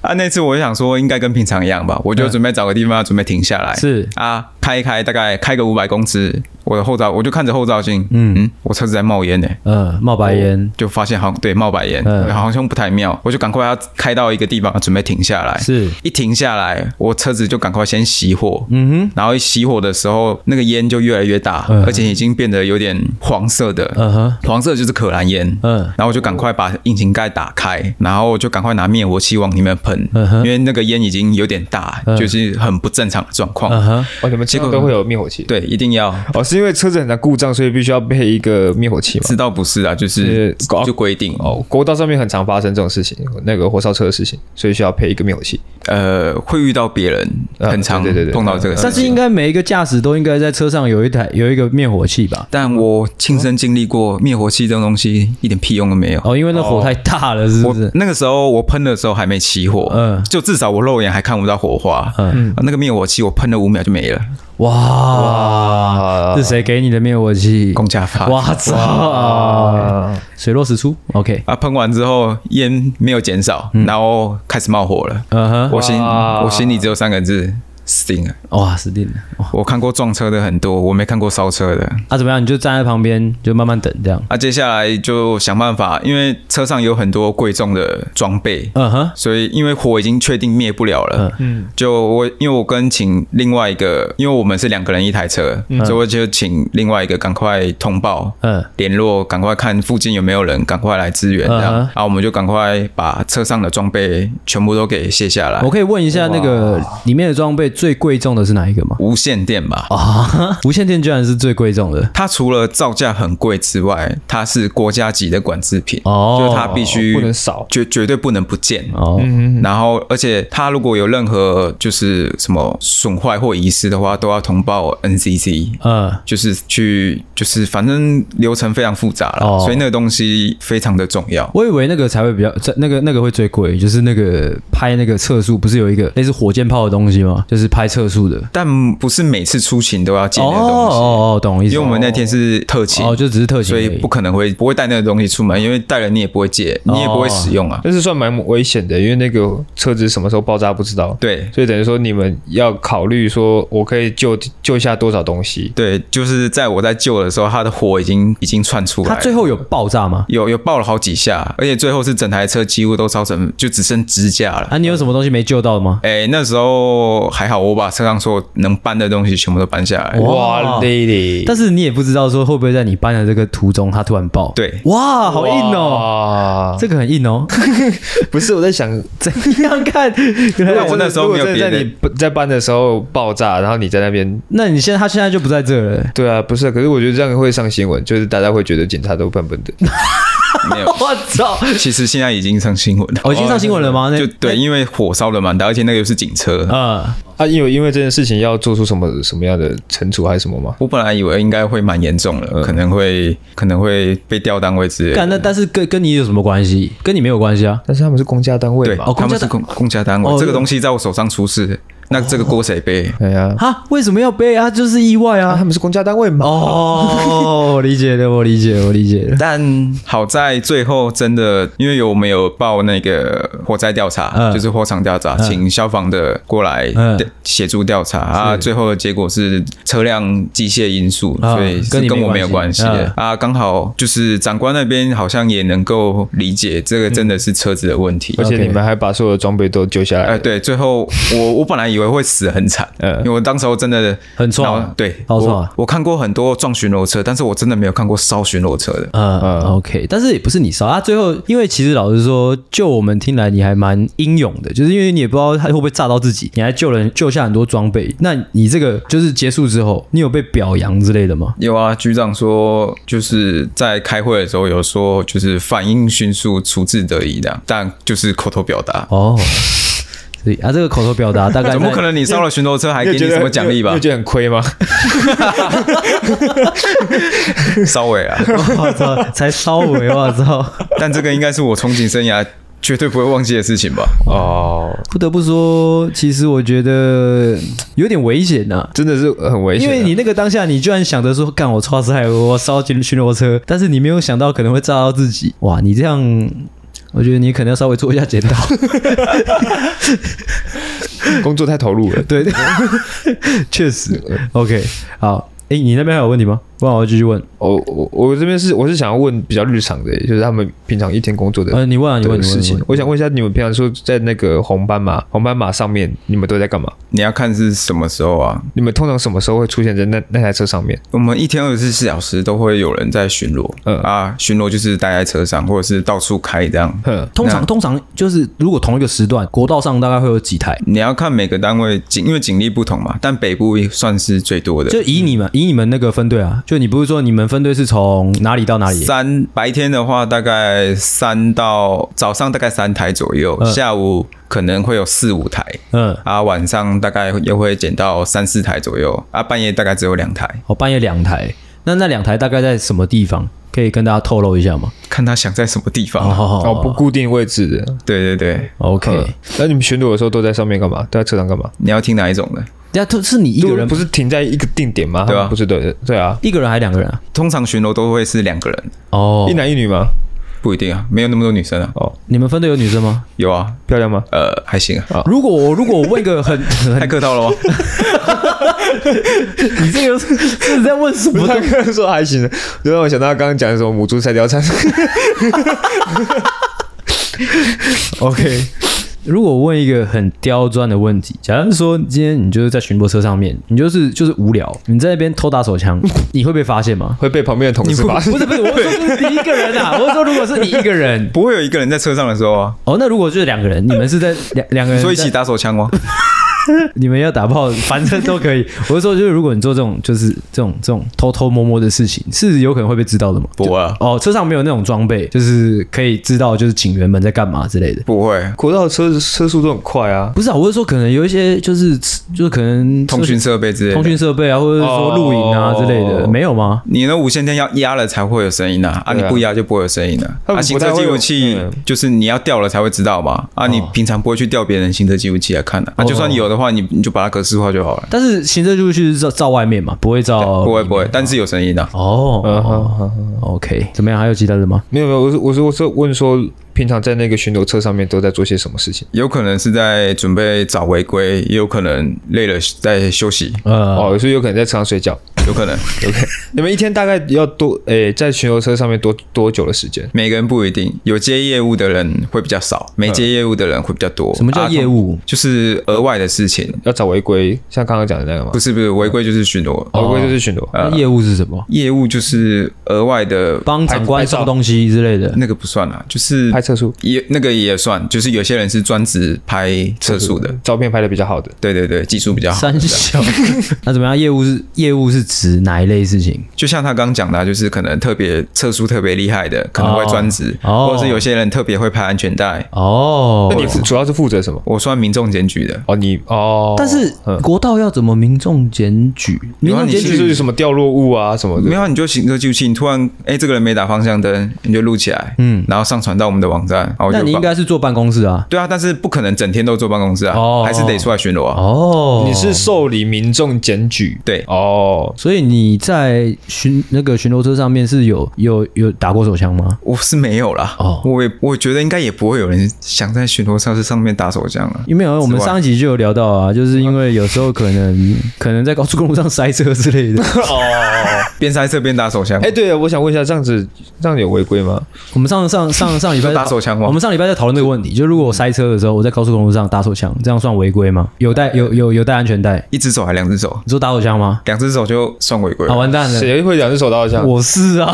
啊，那次我想说应该跟平常一样吧，我就准备找个地方准备停下来，嗯是啊，开一开，大概开个五百公尺，我的后照我就看着后照镜，嗯嗯，我车子在冒烟呢、 呃，冒白烟就发现好像对冒白烟，嗯好像不太妙，我就赶快要开到一个地方准备停下来。是，一停下来，我车子就赶快先熄火，嗯然后一熄火的时候，那个烟就越来越大，嗯而且已经变得有点黄色的，哼，嗯哼，黄色就是可燃烟。嗯，然后我就赶快把引擎盖打开，然后我就赶快拿灭火器往里面喷，嗯哼因为那个烟已经有点大，嗯就是很不正常的状况。嗯哼，哦，你们结果都会有灭火器？对，一定要哦，是因为车子很难故障，所以必须要配一个灭火器嘛知？道不是啊，就是是搞就规定哦，国道上面很常发生这种事情，那个火烧车的事情，所以需要配一个灭火器。呃，会遇到别人，啊呃很常对对对碰到这个事情。但是应该每一个驾驶都应该在车上有一台有一个灭火器吧？但我亲身经历过灭火器这种东西一点屁用都没有。哦，因为那火太大了，是不我是？那个时候我喷的时候还没起火，嗯就至少我肉眼还看不到火花。嗯啊那个灭火器我喷了五秒就没了，哇，啊是谁给你的灭火器？公家发哇操！啊！水落石出，OK，啊！喷完之后烟没有减少，然后开始冒火了。嗯哼，我心哇我心里只有三个字：死定了。哇，死定了！哇我看过撞车的很多，我没看过烧车的。啊，怎么样？你就站在旁边，就慢慢等这样。啊，接下来就想办法，因为车上有很多贵重的装备，嗯哼，所以因为火已经确定灭不了了，嗯，就我因为我跟请另外一个，因为我们是两个人一台车，所以我就请另外一个赶快通报。嗯，联络，赶快看附近有没有人，赶快来支援，这嗯样，哼然后我们就赶快把车上的装备全部都给卸下来我。可以问一下那个里面的装备最贵重的是哪一个吗？无线电吧，啊， 无线电居然是最贵重的它除了造价很贵之外，它是国家级的管制品，哦就是它必须不能少绝绝对不能不见。哦。然后，而且它如果有任何就是什么损坏或遗失的话，都要通报 NCC，嗯，就是去就是反正流程非常复杂了，哦所以那个东西非常的重要。我以为那个才会比较，这那个那个会最贵，就是那个拍那个测速，不是有一个类似火箭炮的东西吗？就就是拍测速的。但不是每次出勤都要借哦那个东西，哦哦，懂意思。因为我们那天是特勤，哦，就只是特勤所而已，以不可能会不会带那个东西出门，因为带了你也不会借，哦你也不会使用啊。但是算蛮危险的，因为那个车子什么时候爆炸不知道。对所以等于说你们要考虑说，我可以救救下多少东西？对，就是在我在救的时候，它的火已经已经窜出来他了。最后有爆炸吗？有有爆了好几下，而且最后是整台车几乎都烧成，就只剩支架了。啊，你有什么东西没救到吗？哎、那时候还好，我把车上所有能搬的东西全部都搬下来。哇，lady，但是你也不知道说会不会在你搬的这个途中，它突然爆。对哇，好硬哦，哇这个很硬 哦。不是我在想，怎样 看？原来但我那时候没有如果别真的的在你不在搬的时候爆炸，然后你在那边，那你现在他现在就不在这了。对啊，不是，可是我觉得这样会上新闻，就是大家会觉得警察都笨笨的。没有，我操！其实现在已经上新闻了。哦，已经上新闻了吗？那就对，因为火烧的蛮大，而且那个又是警车。呃， 啊，因为因为这件事情要做出什么什么样的惩处还是什么吗？我本来以为应该会蛮严重的，可能会可能会被调单位之类嗯干的。那但是跟跟你有什么关系？跟你没有关系啊。但是他们是公家单位对，嘛，哦他们是公公公家单位，哦这个东西在我手上出事，那这个锅谁背？哎呀，哈，为什么要背啊？就是意外啊，啊他。们是公家单位嘛， 哦，我理解了，我理解了，我理解了。但好在最后真的，因为有我们有报那个火灾调查，嗯就是火场调查，请消防的过来嗯调协助调查、啊。最后的结果是车辆机械因素，啊所以是跟你跟我没没有关关系嗯系的、啊。刚好就是长官那边好像也能够理解，这个真的是车子的问题。嗯而且你们还把所有的装备都救下来呃，了，对，最后我我本来以为会死很惨，嗯因为我当时候真的很爽啊脑对，好爽啊我我看过很多撞巡逻车，但是我真的没有看过烧巡逻车的。呃，OK，但是也不是你烧啊。最后，因为其实老实说，就我们听来，你还蛮英勇的，就是因为你也不知道他会不会炸到自己，你还救人，救下很多装备。那你这个就是结束之后，你有被表扬之类的吗？有啊，局长说就是在开会的时候有说，就是反应迅速，处置得宜的，但就是口头表达。 哦，对啊，这个口头表达大概怎么在可能你烧了巡逻车还给你有你觉得什么奖励你吧有？觉得很亏 吗？稍微啊，哦我操，才稍微，我操！但这个应该是我憧憬生涯绝对不会忘记的事情吧？哦，不得不说，其实我觉得嗯有点危险呐、真的是很危险因啊，为你那个当下，你居然想着说，干我超载，我烧巡巡逻车，但是你没有想到可能会炸到自己。哇，你这样，我觉得你可能要稍微做一下检讨。 工作太投入了。对，确实。OK，好，诶，你那边还有问题吗？不然我继续问。我我我这边是我是想要问比较日常的，就是他们平常一天工作的呃，你问啊，你问，的你问事你情问。我想问一下，你们平常说在那个红斑马红斑马上面，你们都在干嘛？你要看是什么时候啊？你们通常什么时候会出现在那那台车上面？我们一天二十四小时都会有人在巡逻，嗯啊，巡逻就是待在车上或者是到处开这样。哼，通常通常就是，如果同一个时段，国道上大概会有几台？你要看每个单位警，因为警力不同嘛，但北部算是最多的，就以你们以你们那个分队啊，就你不是说你们分队是从哪里到哪里？三白天的话，大概三到早上大概三台左右，嗯下午可能会有四五台，嗯，啊，晚上大概又会减到三四台左右，啊，半夜大概只有两台，哦，半夜两台。那那两台大概在什么地方？可以跟大家透露一下吗？看他想在什么地方。啊好好哦，不固定位置的。对对对， OK 嗯。那你们巡逻的时候都在上面干嘛？都在车上干嘛？你要听哪一种的？那都是你一个人不，是停在一个定点吗？对啊他们不是对对啊，一个人还两个人啊？通常巡逻都会是两个人，哦一，男一女吗？不一定啊，没有那么多女生啊。哦，你们分队有女生吗？有啊，漂 亮吗？呃，还行啊，如果我如果我问一个很太很，客套了哦吗？ 你这个是这是在问什不么？太可能说还行，就让我想到他刚刚讲的什么母猪赛貂蝉。 OK，如果我问一个很刁钻的问题，假如说今天你就是在巡逻车上面，你就是就是无聊，你在那边偷打手 枪，你会被发现吗？ 会被旁边的同你事会发现 不。是不是，我说你一个人 啊，我说如果是你一个人，不会有一个人在车上的时候啊，哦，那如果就是两个人，你们是 在两两个人在，所以一起打手 枪吗？哦你们要打炮，反正都 可以。我是说，就是如果你做这种就是这种这种偷偷摸摸的事情，是有可能会被知道的嘛？不啊，哦，车上没有那种装备，就是可以知道就是警员们在干嘛之类的。不会，国道车车速都很快啊，不是啊，我是说可能有一些就是就是可能通讯设备之类通的。讯设备啊，或者是说录影啊哦之类的，没有吗？你那无线电要压了才会有声音啊，啊，你对啊不压就不会有声音的。他们啊，不行太车会记有录器嗯哦就是你要掉了才会知道嘛，啊，你平常不会去调别人行车记录器来看的，啊，就算有的话，你你就把它格式化就好了。但是行政就是去照照外面嘛，不会哦照不会里面不会，但是有声音的、啊哦、嗯哼哼 o k 怎么样？还有其他的吗？没有没有，我是我是我是问说，平常在那个巡逻车上面都在做些什么事情？有可能是在准备找违规，也有可能累了在休息，呃，哦，所以有可能在车上睡觉。有可能 你们一天大概要多 诶、在巡逻车上面多多久的时间？每个人不一定，有接业务的人会比较嗯少，没接业务的人会比较多。什么叫啊业？务？就是额外的事情，要找违规，像刚刚讲的那个吗不？是不是违规就是巡逻，违规就是哦巡逻。那业务是什么？业务就是额外的，帮长官拍照送东西之类的。那个不算啦，就是拍车速也那个也算，就是有些人是专职拍车速的，照片拍的比较好的，对对对，技术比较好三。 小，那怎么样？业务是业务是指哪一类事情？就像他刚讲的啊、就是可能特别测速特别厉害的，可能会专职，哦或者是有些人特别会拍安全带。哦那，你主要是负责什么？我算民众检举的，哦，你哦，但是国道要怎么民众检举？民有啊众你检其实就举是什么掉落物啊什么嗯没的，有啊，你就行车记录器，你突然哎、这个人没打方向灯，你就录起来，嗯，然后上传到我们的网站，然后我就那啊你应把该是坐办公室啊。对啊，但是不可能整天都坐办公室啊，哦还是得出来巡逻啊。哦，你是受理民众检举。对，哦，所以你在巡那个巡逻车上面是有有有打过手枪吗？我是没有啦，哦我也我觉得应该也不会有人想在巡逻超市上面打手枪啊了。因为我们上一集就有聊到啊，就是因为有时候可能可能在高速公路上塞车之类的。边塞车边打手枪。哎，对了，我想问一下，这样子这样有违规吗？我们上上上上礼拜你说打手枪吗我们上礼拜在讨论这个问题，就如果我塞车的时候，我在高速公路上打手枪，这样算违规吗？有带有有有带安全带？一只手还两只手，你说打手枪吗？两只手就算违规啊，。完蛋了，谁会两只手刀枪？我是啊，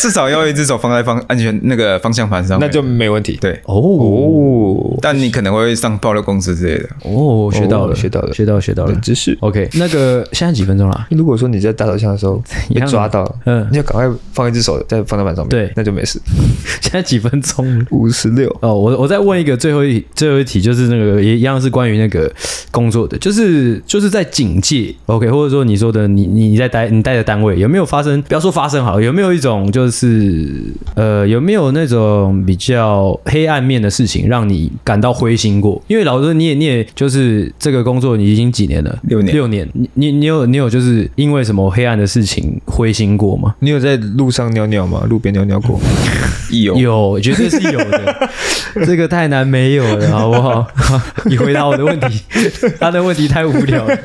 至少要一只手放在方安全那个方向盘上面。那就没问题。对，哦哦，但你可能会上爆料公司之类的。哦，学到了，哦学到了学到了，学到了。冷知识。 OK，那个现在几分钟了 啊？如果说你在打手枪的时候被样啊抓到，嗯嗯，你就赶快放一只手在方向盘上面，对那就没事。现在几分钟了？五十六，哦，我我再问一个最后一最后一题，就是那个也一样是关于那个工作的，就是就是在警戒，OK，或者说你说的你你你在待你待的单位有没有发生？不要说发生好了，有没有一种就是呃有没有那种比较黑暗面的事情让你感到灰心过？因为老实说你也你也就是这个工作你已经几年了，六年六年，你你你有你有就是因为什么黑暗的事情灰心过吗？你有在路上尿尿吗？路边尿尿过？一有有，绝对是有 的。这个太难没有了，好不好？ 你回答我的问 题，他的问题太无聊了。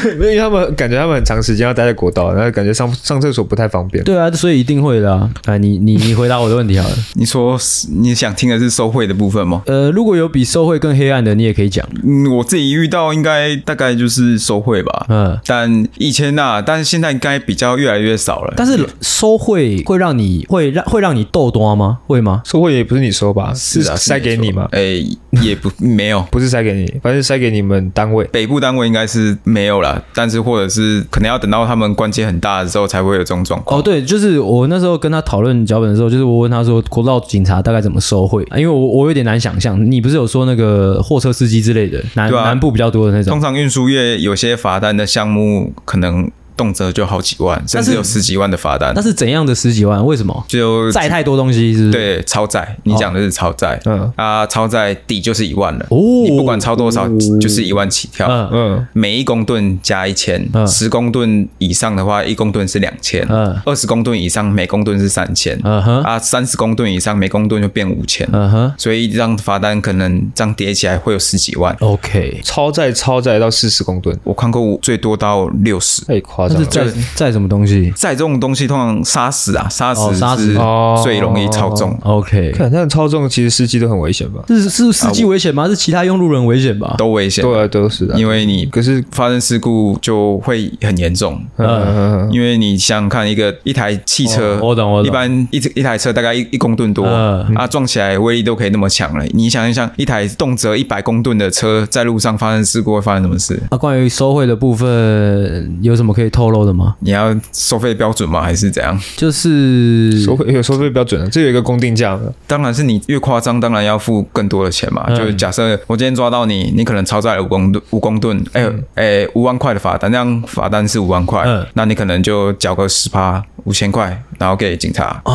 因为他们感觉他们很长时间要待在国道，然后感觉上上厕所不太方便。对啊，所以一定会的啊！啊，你你你回答我的问题好了。你说你想听的是收贿的部分吗？呃，如果有比受贿更黑暗的，你也可以讲。嗯，我自己遇到应该大概就是收贿吧。嗯，但以前呐、但是现在应该比较越来越少了。但是收贿会让你会让会让你斗多吗？会吗？收货也不是你收吧？是啊塞给你吗？哎、也不没有。不是塞给你，反正是塞给你们单位。北部单位应该是没有了，但是或者是可能要等到他们关节很大的时候才会有这种状况。哦，对，就是我那时候跟他讨论脚本的时候，就是我问他说，国道警察大概怎么收贿？啊因为我我有点难想象，你不是有说那个货车司机之类的，南、对啊南部比较多的那种通。常运输业有些罚单的项目可能动辄就好几万，甚至有十几万的罚单那，是怎样的十几万？为什么？就载太多东西是不是？，对超载。你讲的是超载，嗯啊，超载底就是一万了，哦你不管超多少就是一万起跳。嗯嗯，每一公吨加一千嗯，十公吨以上的话，一公吨是两千嗯，二十公吨以上每公吨是三千，嗯哼，啊，三十公吨以上每公吨就变五千，嗯哼所以这样罚单可能这样叠起来会有十几万。 ，OK，超载超载到四十公吨，我看过我最多到六十。太夸那张是了。载载什么东西载这种东西通常杀死啊，杀哦死杀死是最容易超重。 ？OK，看那种超重，其实司机都很危险吧？是啊是司机危险吗？是其他用路人危险吧？都危险，对啊，都是的。因为你可是，发生事故就会很严重。嗯嗯嗯因为你想想看，一个一台汽车，哦我懂我懂一般一一台车大概一一公吨多、嗯啊，撞起来威力都可以那么强了。你想一想，一台动辄一百公吨的车在路上发生事故会发生什么事？那啊关于收费的部分有什么可以透露的吗？你要收费标准吗？还是怎样？就是嗯收费有收费标准啊，这有一个公定价嘛。当然是你越夸张，当然要付更多的钱嘛。嗯就是假设我今天抓到你，你可能超载了五公吨，五公吨，哎、哎，五、万块的罚单，那样罚单是五万块，嗯那你可能就缴个十趴五千哦嗯块，然后给警察。啊，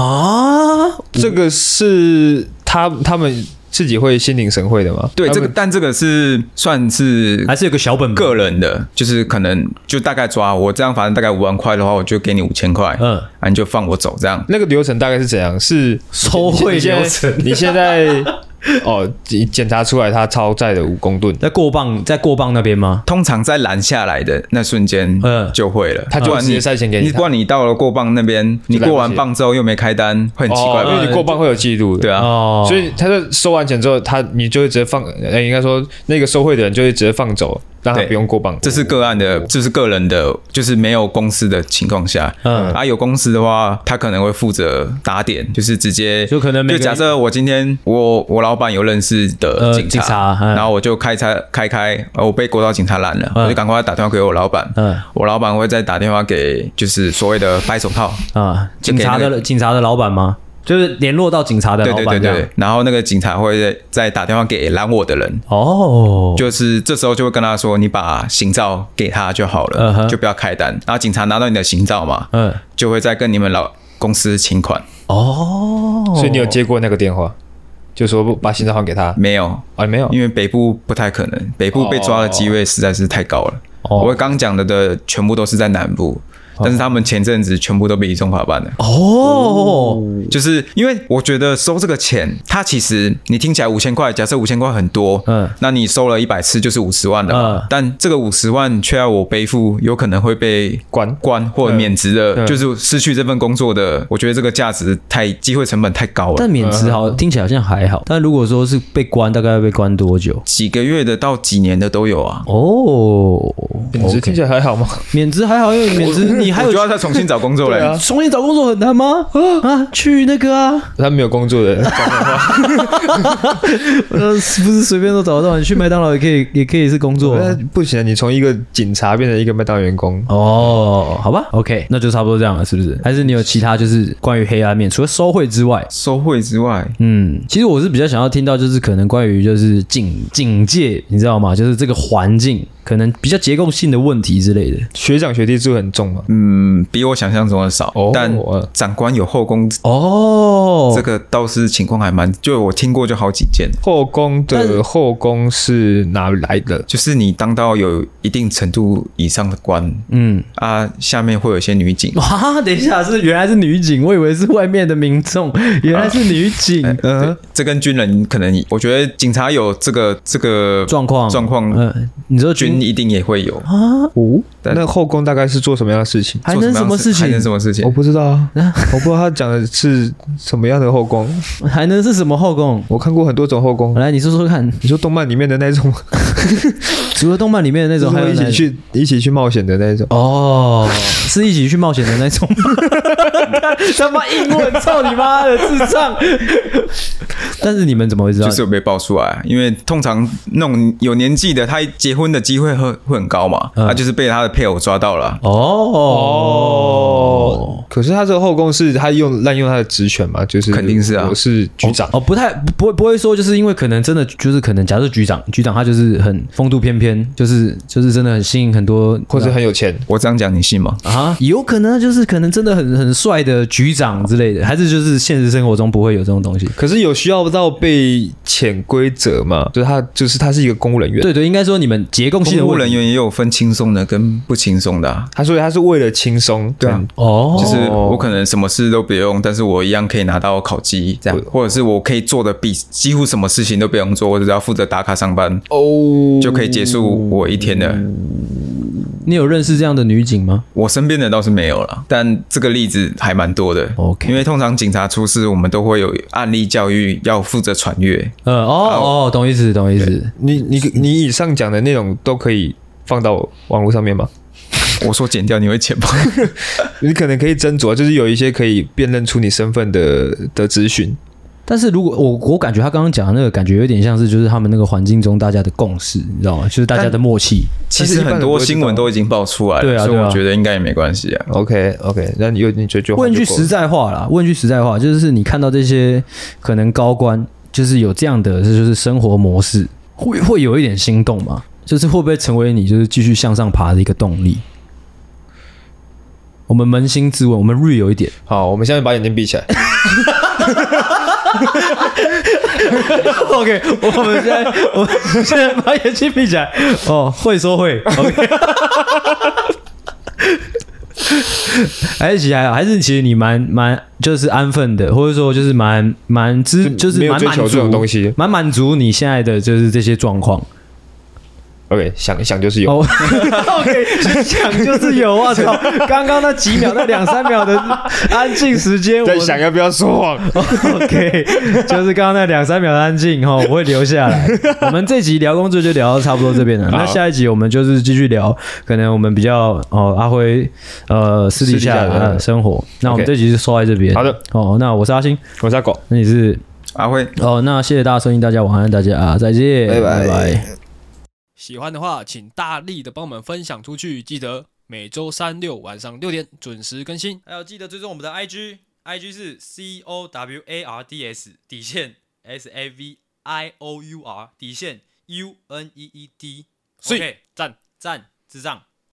这个是他他们自己会心领神会的吗？对，他这们个但这个是算是还是有个小本本。个人的，就是可能就大概抓我这样，反正大概五万块的话，我就给你五千块，嗯嗯，啊你就放我走这样。那个流程大概是怎样？是收贿你现流程你现 在哦，检检查出来他超载了五公吨，在过磅，在过磅那边吗？通常在拦下来的那瞬间，嗯嗯，就会了。他就不然直接你塞钱给你你不然你到了过磅那边，你来不及过完磅之后又没开单，会很奇怪哦因吧？为你过磅会有记录的。对啊，哦，所以他在收完钱之后，他你就会直接放，呃应该说那个收贿的人就会直接放走，让他对不用过磅。这是个案的，这是个人的，就是没有公司的情况下，嗯嗯，啊，有公司的话，他可能会负责打点，就是直接就可能每就个假设我今天我我老板有认识的呃警察，警察嗯然后我就开开开开，呃我被国道警察拦了，嗯我就赶快打电话给我老板，嗯嗯，我老板会再打电话给就是所谓的白手套，啊，就警给察那的个警察的老板吗？就是联络到警察的对老对对板这样对。，然后那个警察会再打电话给拦我的人，哦，就是这时候就会跟他说，你把行照给他就好了嗯哼就不要开单。然后警察拿到你的行照嘛，嗯，就会再跟你们老公司请款。哦，所以你有接过那个电话，就说不把行照还给他没有，啊？没有，因为北部不太可能，北部被抓的机会实在是太高了。哦我刚讲的的全部都是在南部，但是他们前阵子全部都被移送法办了。哦，就是因为我觉得收这个钱，它其实你听起来五千块，假设五千块很多，嗯嗯，那你收了一百次就是五十万了嘛，嗯但这个五十万却要我背负，有可能会被关关或者免职的，嗯就是失去这份工作的。我觉得这个价值太机会成本太高了但。免职好听起来好像还好，但如果说是被关，大概要被关多久？几个月的到几年的都有啊，哦，你这听起来还好吗？ 免职还好，因为免职你还我有就要再重新找工作对嘞啊。重新找工作很难吗？啊，去那个啊，他没有工作的 人，呃，是不是随便都找得到？你去麦当劳也可以， 也可以是工作。啊那 不行，你从一个警察变成一个麦当劳员工，哦，好吧，OK，那就差不多这样了，是不是？还是你有其他就是关于黑暗面，除了收贿之外，收贿之外，嗯，其实我是比较想要听到，就是可能关于就是警警戒，你知道吗？就是这个环境可能比较结构性的问题之类的。学长学弟制很重嘛。嗯，比我想象中的少，哦但嗯长官有后宫，哦，这个倒是情况还蛮，就我听过就好几件。后宫的后宫是哪来的？就是你当到有一定程度以上的官嗯，哦啊，下面会有一些女警，哇，等一下是原来是女警，我以为是外面的民众，原来是女警，嗯对，呃这跟军人可能，我觉得警察有这个这个状况状况，嗯，你说军军一定也会有。啊，哦，但那后宫大概是做什么样的事情？还能做什么样事情还？能什么事我情？不知道啊， 我不知道他讲的是什么样的后宫。还能是什么后宫？我看过很多种后宫，来，你说说看，你说动漫里面的那种吗，除了动漫里面的那就种，是还有会一哪起一种去一起去冒险的那种。哦，是一起去冒险的那种吗？他妈英文，操你妈的智障！但是你们怎么会知道就？是有被爆出来，因为通常那种有年纪的，他结婚的机会会会很高嘛，嗯他就是被他的配偶抓到了。哦哦，可是他这个后宫是他用滥用他的职权嘛？就是肯定是啊我是局长，哦，不太不不会说，就是因为可能真的就是可能，假设局长局长他就是很风度翩翩，就是就是真的很吸引很多或者很有钱，我这样讲你信吗？啊，有可能就是可能真的很很帅的局长之类的，还是就是现实生活中不会有这种东西。可是有需要到被潜规则嘛？就是他就是他是一个公务人员，对对，应该说你们结构性的公务问题人员也有分轻松的跟不轻松的、啊，他所以他是为了轻松，对啊嗯哦，就是我可能什么事都不用，但是我一样可以拿到考绩，这样，或者是我可以做的比几乎什么事情都不用做，我只要负责打卡上班，哦就可以结束我一天的。你有认识这样的女警吗？我身边的倒是没有了，但这个例子还蛮多的。 OK 因为通常警察出事，我们都会有案例教育要负责传阅。呃，哦哦，懂意思，懂意思。你你你以上讲的内容都可以放到网络上面吗？我说剪掉，你会剪吗？你可能可以斟酌，就是有一些可以辨认出你身份的的咨询，但是如果我我感觉他刚刚讲的那个感觉有点像是就是他们那个环境中大家的共识，你知道吗？就是大家的默契。其但是实一般人很多新闻都已经爆出来了，不会知道所对啊以对啊我觉得应该也没关系啊。 OK OK，那你有你觉得就问句就够实在话啦，问句实在话，就是你看到这些可能高官，就是有这样的就是生活模式，会会有一点心动吗？就是会不会成为你就是继续向上爬的一个动力？我们扪心自问，我们 real 一点， 好，我们现在把眼睛闭起来。 OK，我们现在我们现在把眼睛闭起来。哦，会说会。OK，还是哎其实还好，还是其实你蛮蛮就是安分的，或者说就是蛮蛮知就是没有蛮追满求足这种东西蛮满足你现在的就是这些状况。 OK，想想就是有。 哦 ，OK，想就是有啊，操！刚刚那几秒那两三秒的安静时间，在我想要不要说谎？ OK，就是刚刚那两三秒的安静哈，我会留下 来。我们这集聊工作就聊到差不多这边了，那下一集我们就是继续聊，可能我们比较哦阿辉呃私底下私底下的嗯的生活。那我们 OK 这集就收在这边。好的，哦，那我是阿星，我是阿狗。那你是阿辉，哦，那谢谢大家收听，大家晚安，大家啊再见，拜拜拜喜欢的话，请大力的帮我们分享出去，记得每周三六晚上六点准时更新。还有记得追踪我们的 IG，IG 是 C O W A R D S 底线 S A V I O U R 底线 U N E E D。所以 OK，赞赞智障。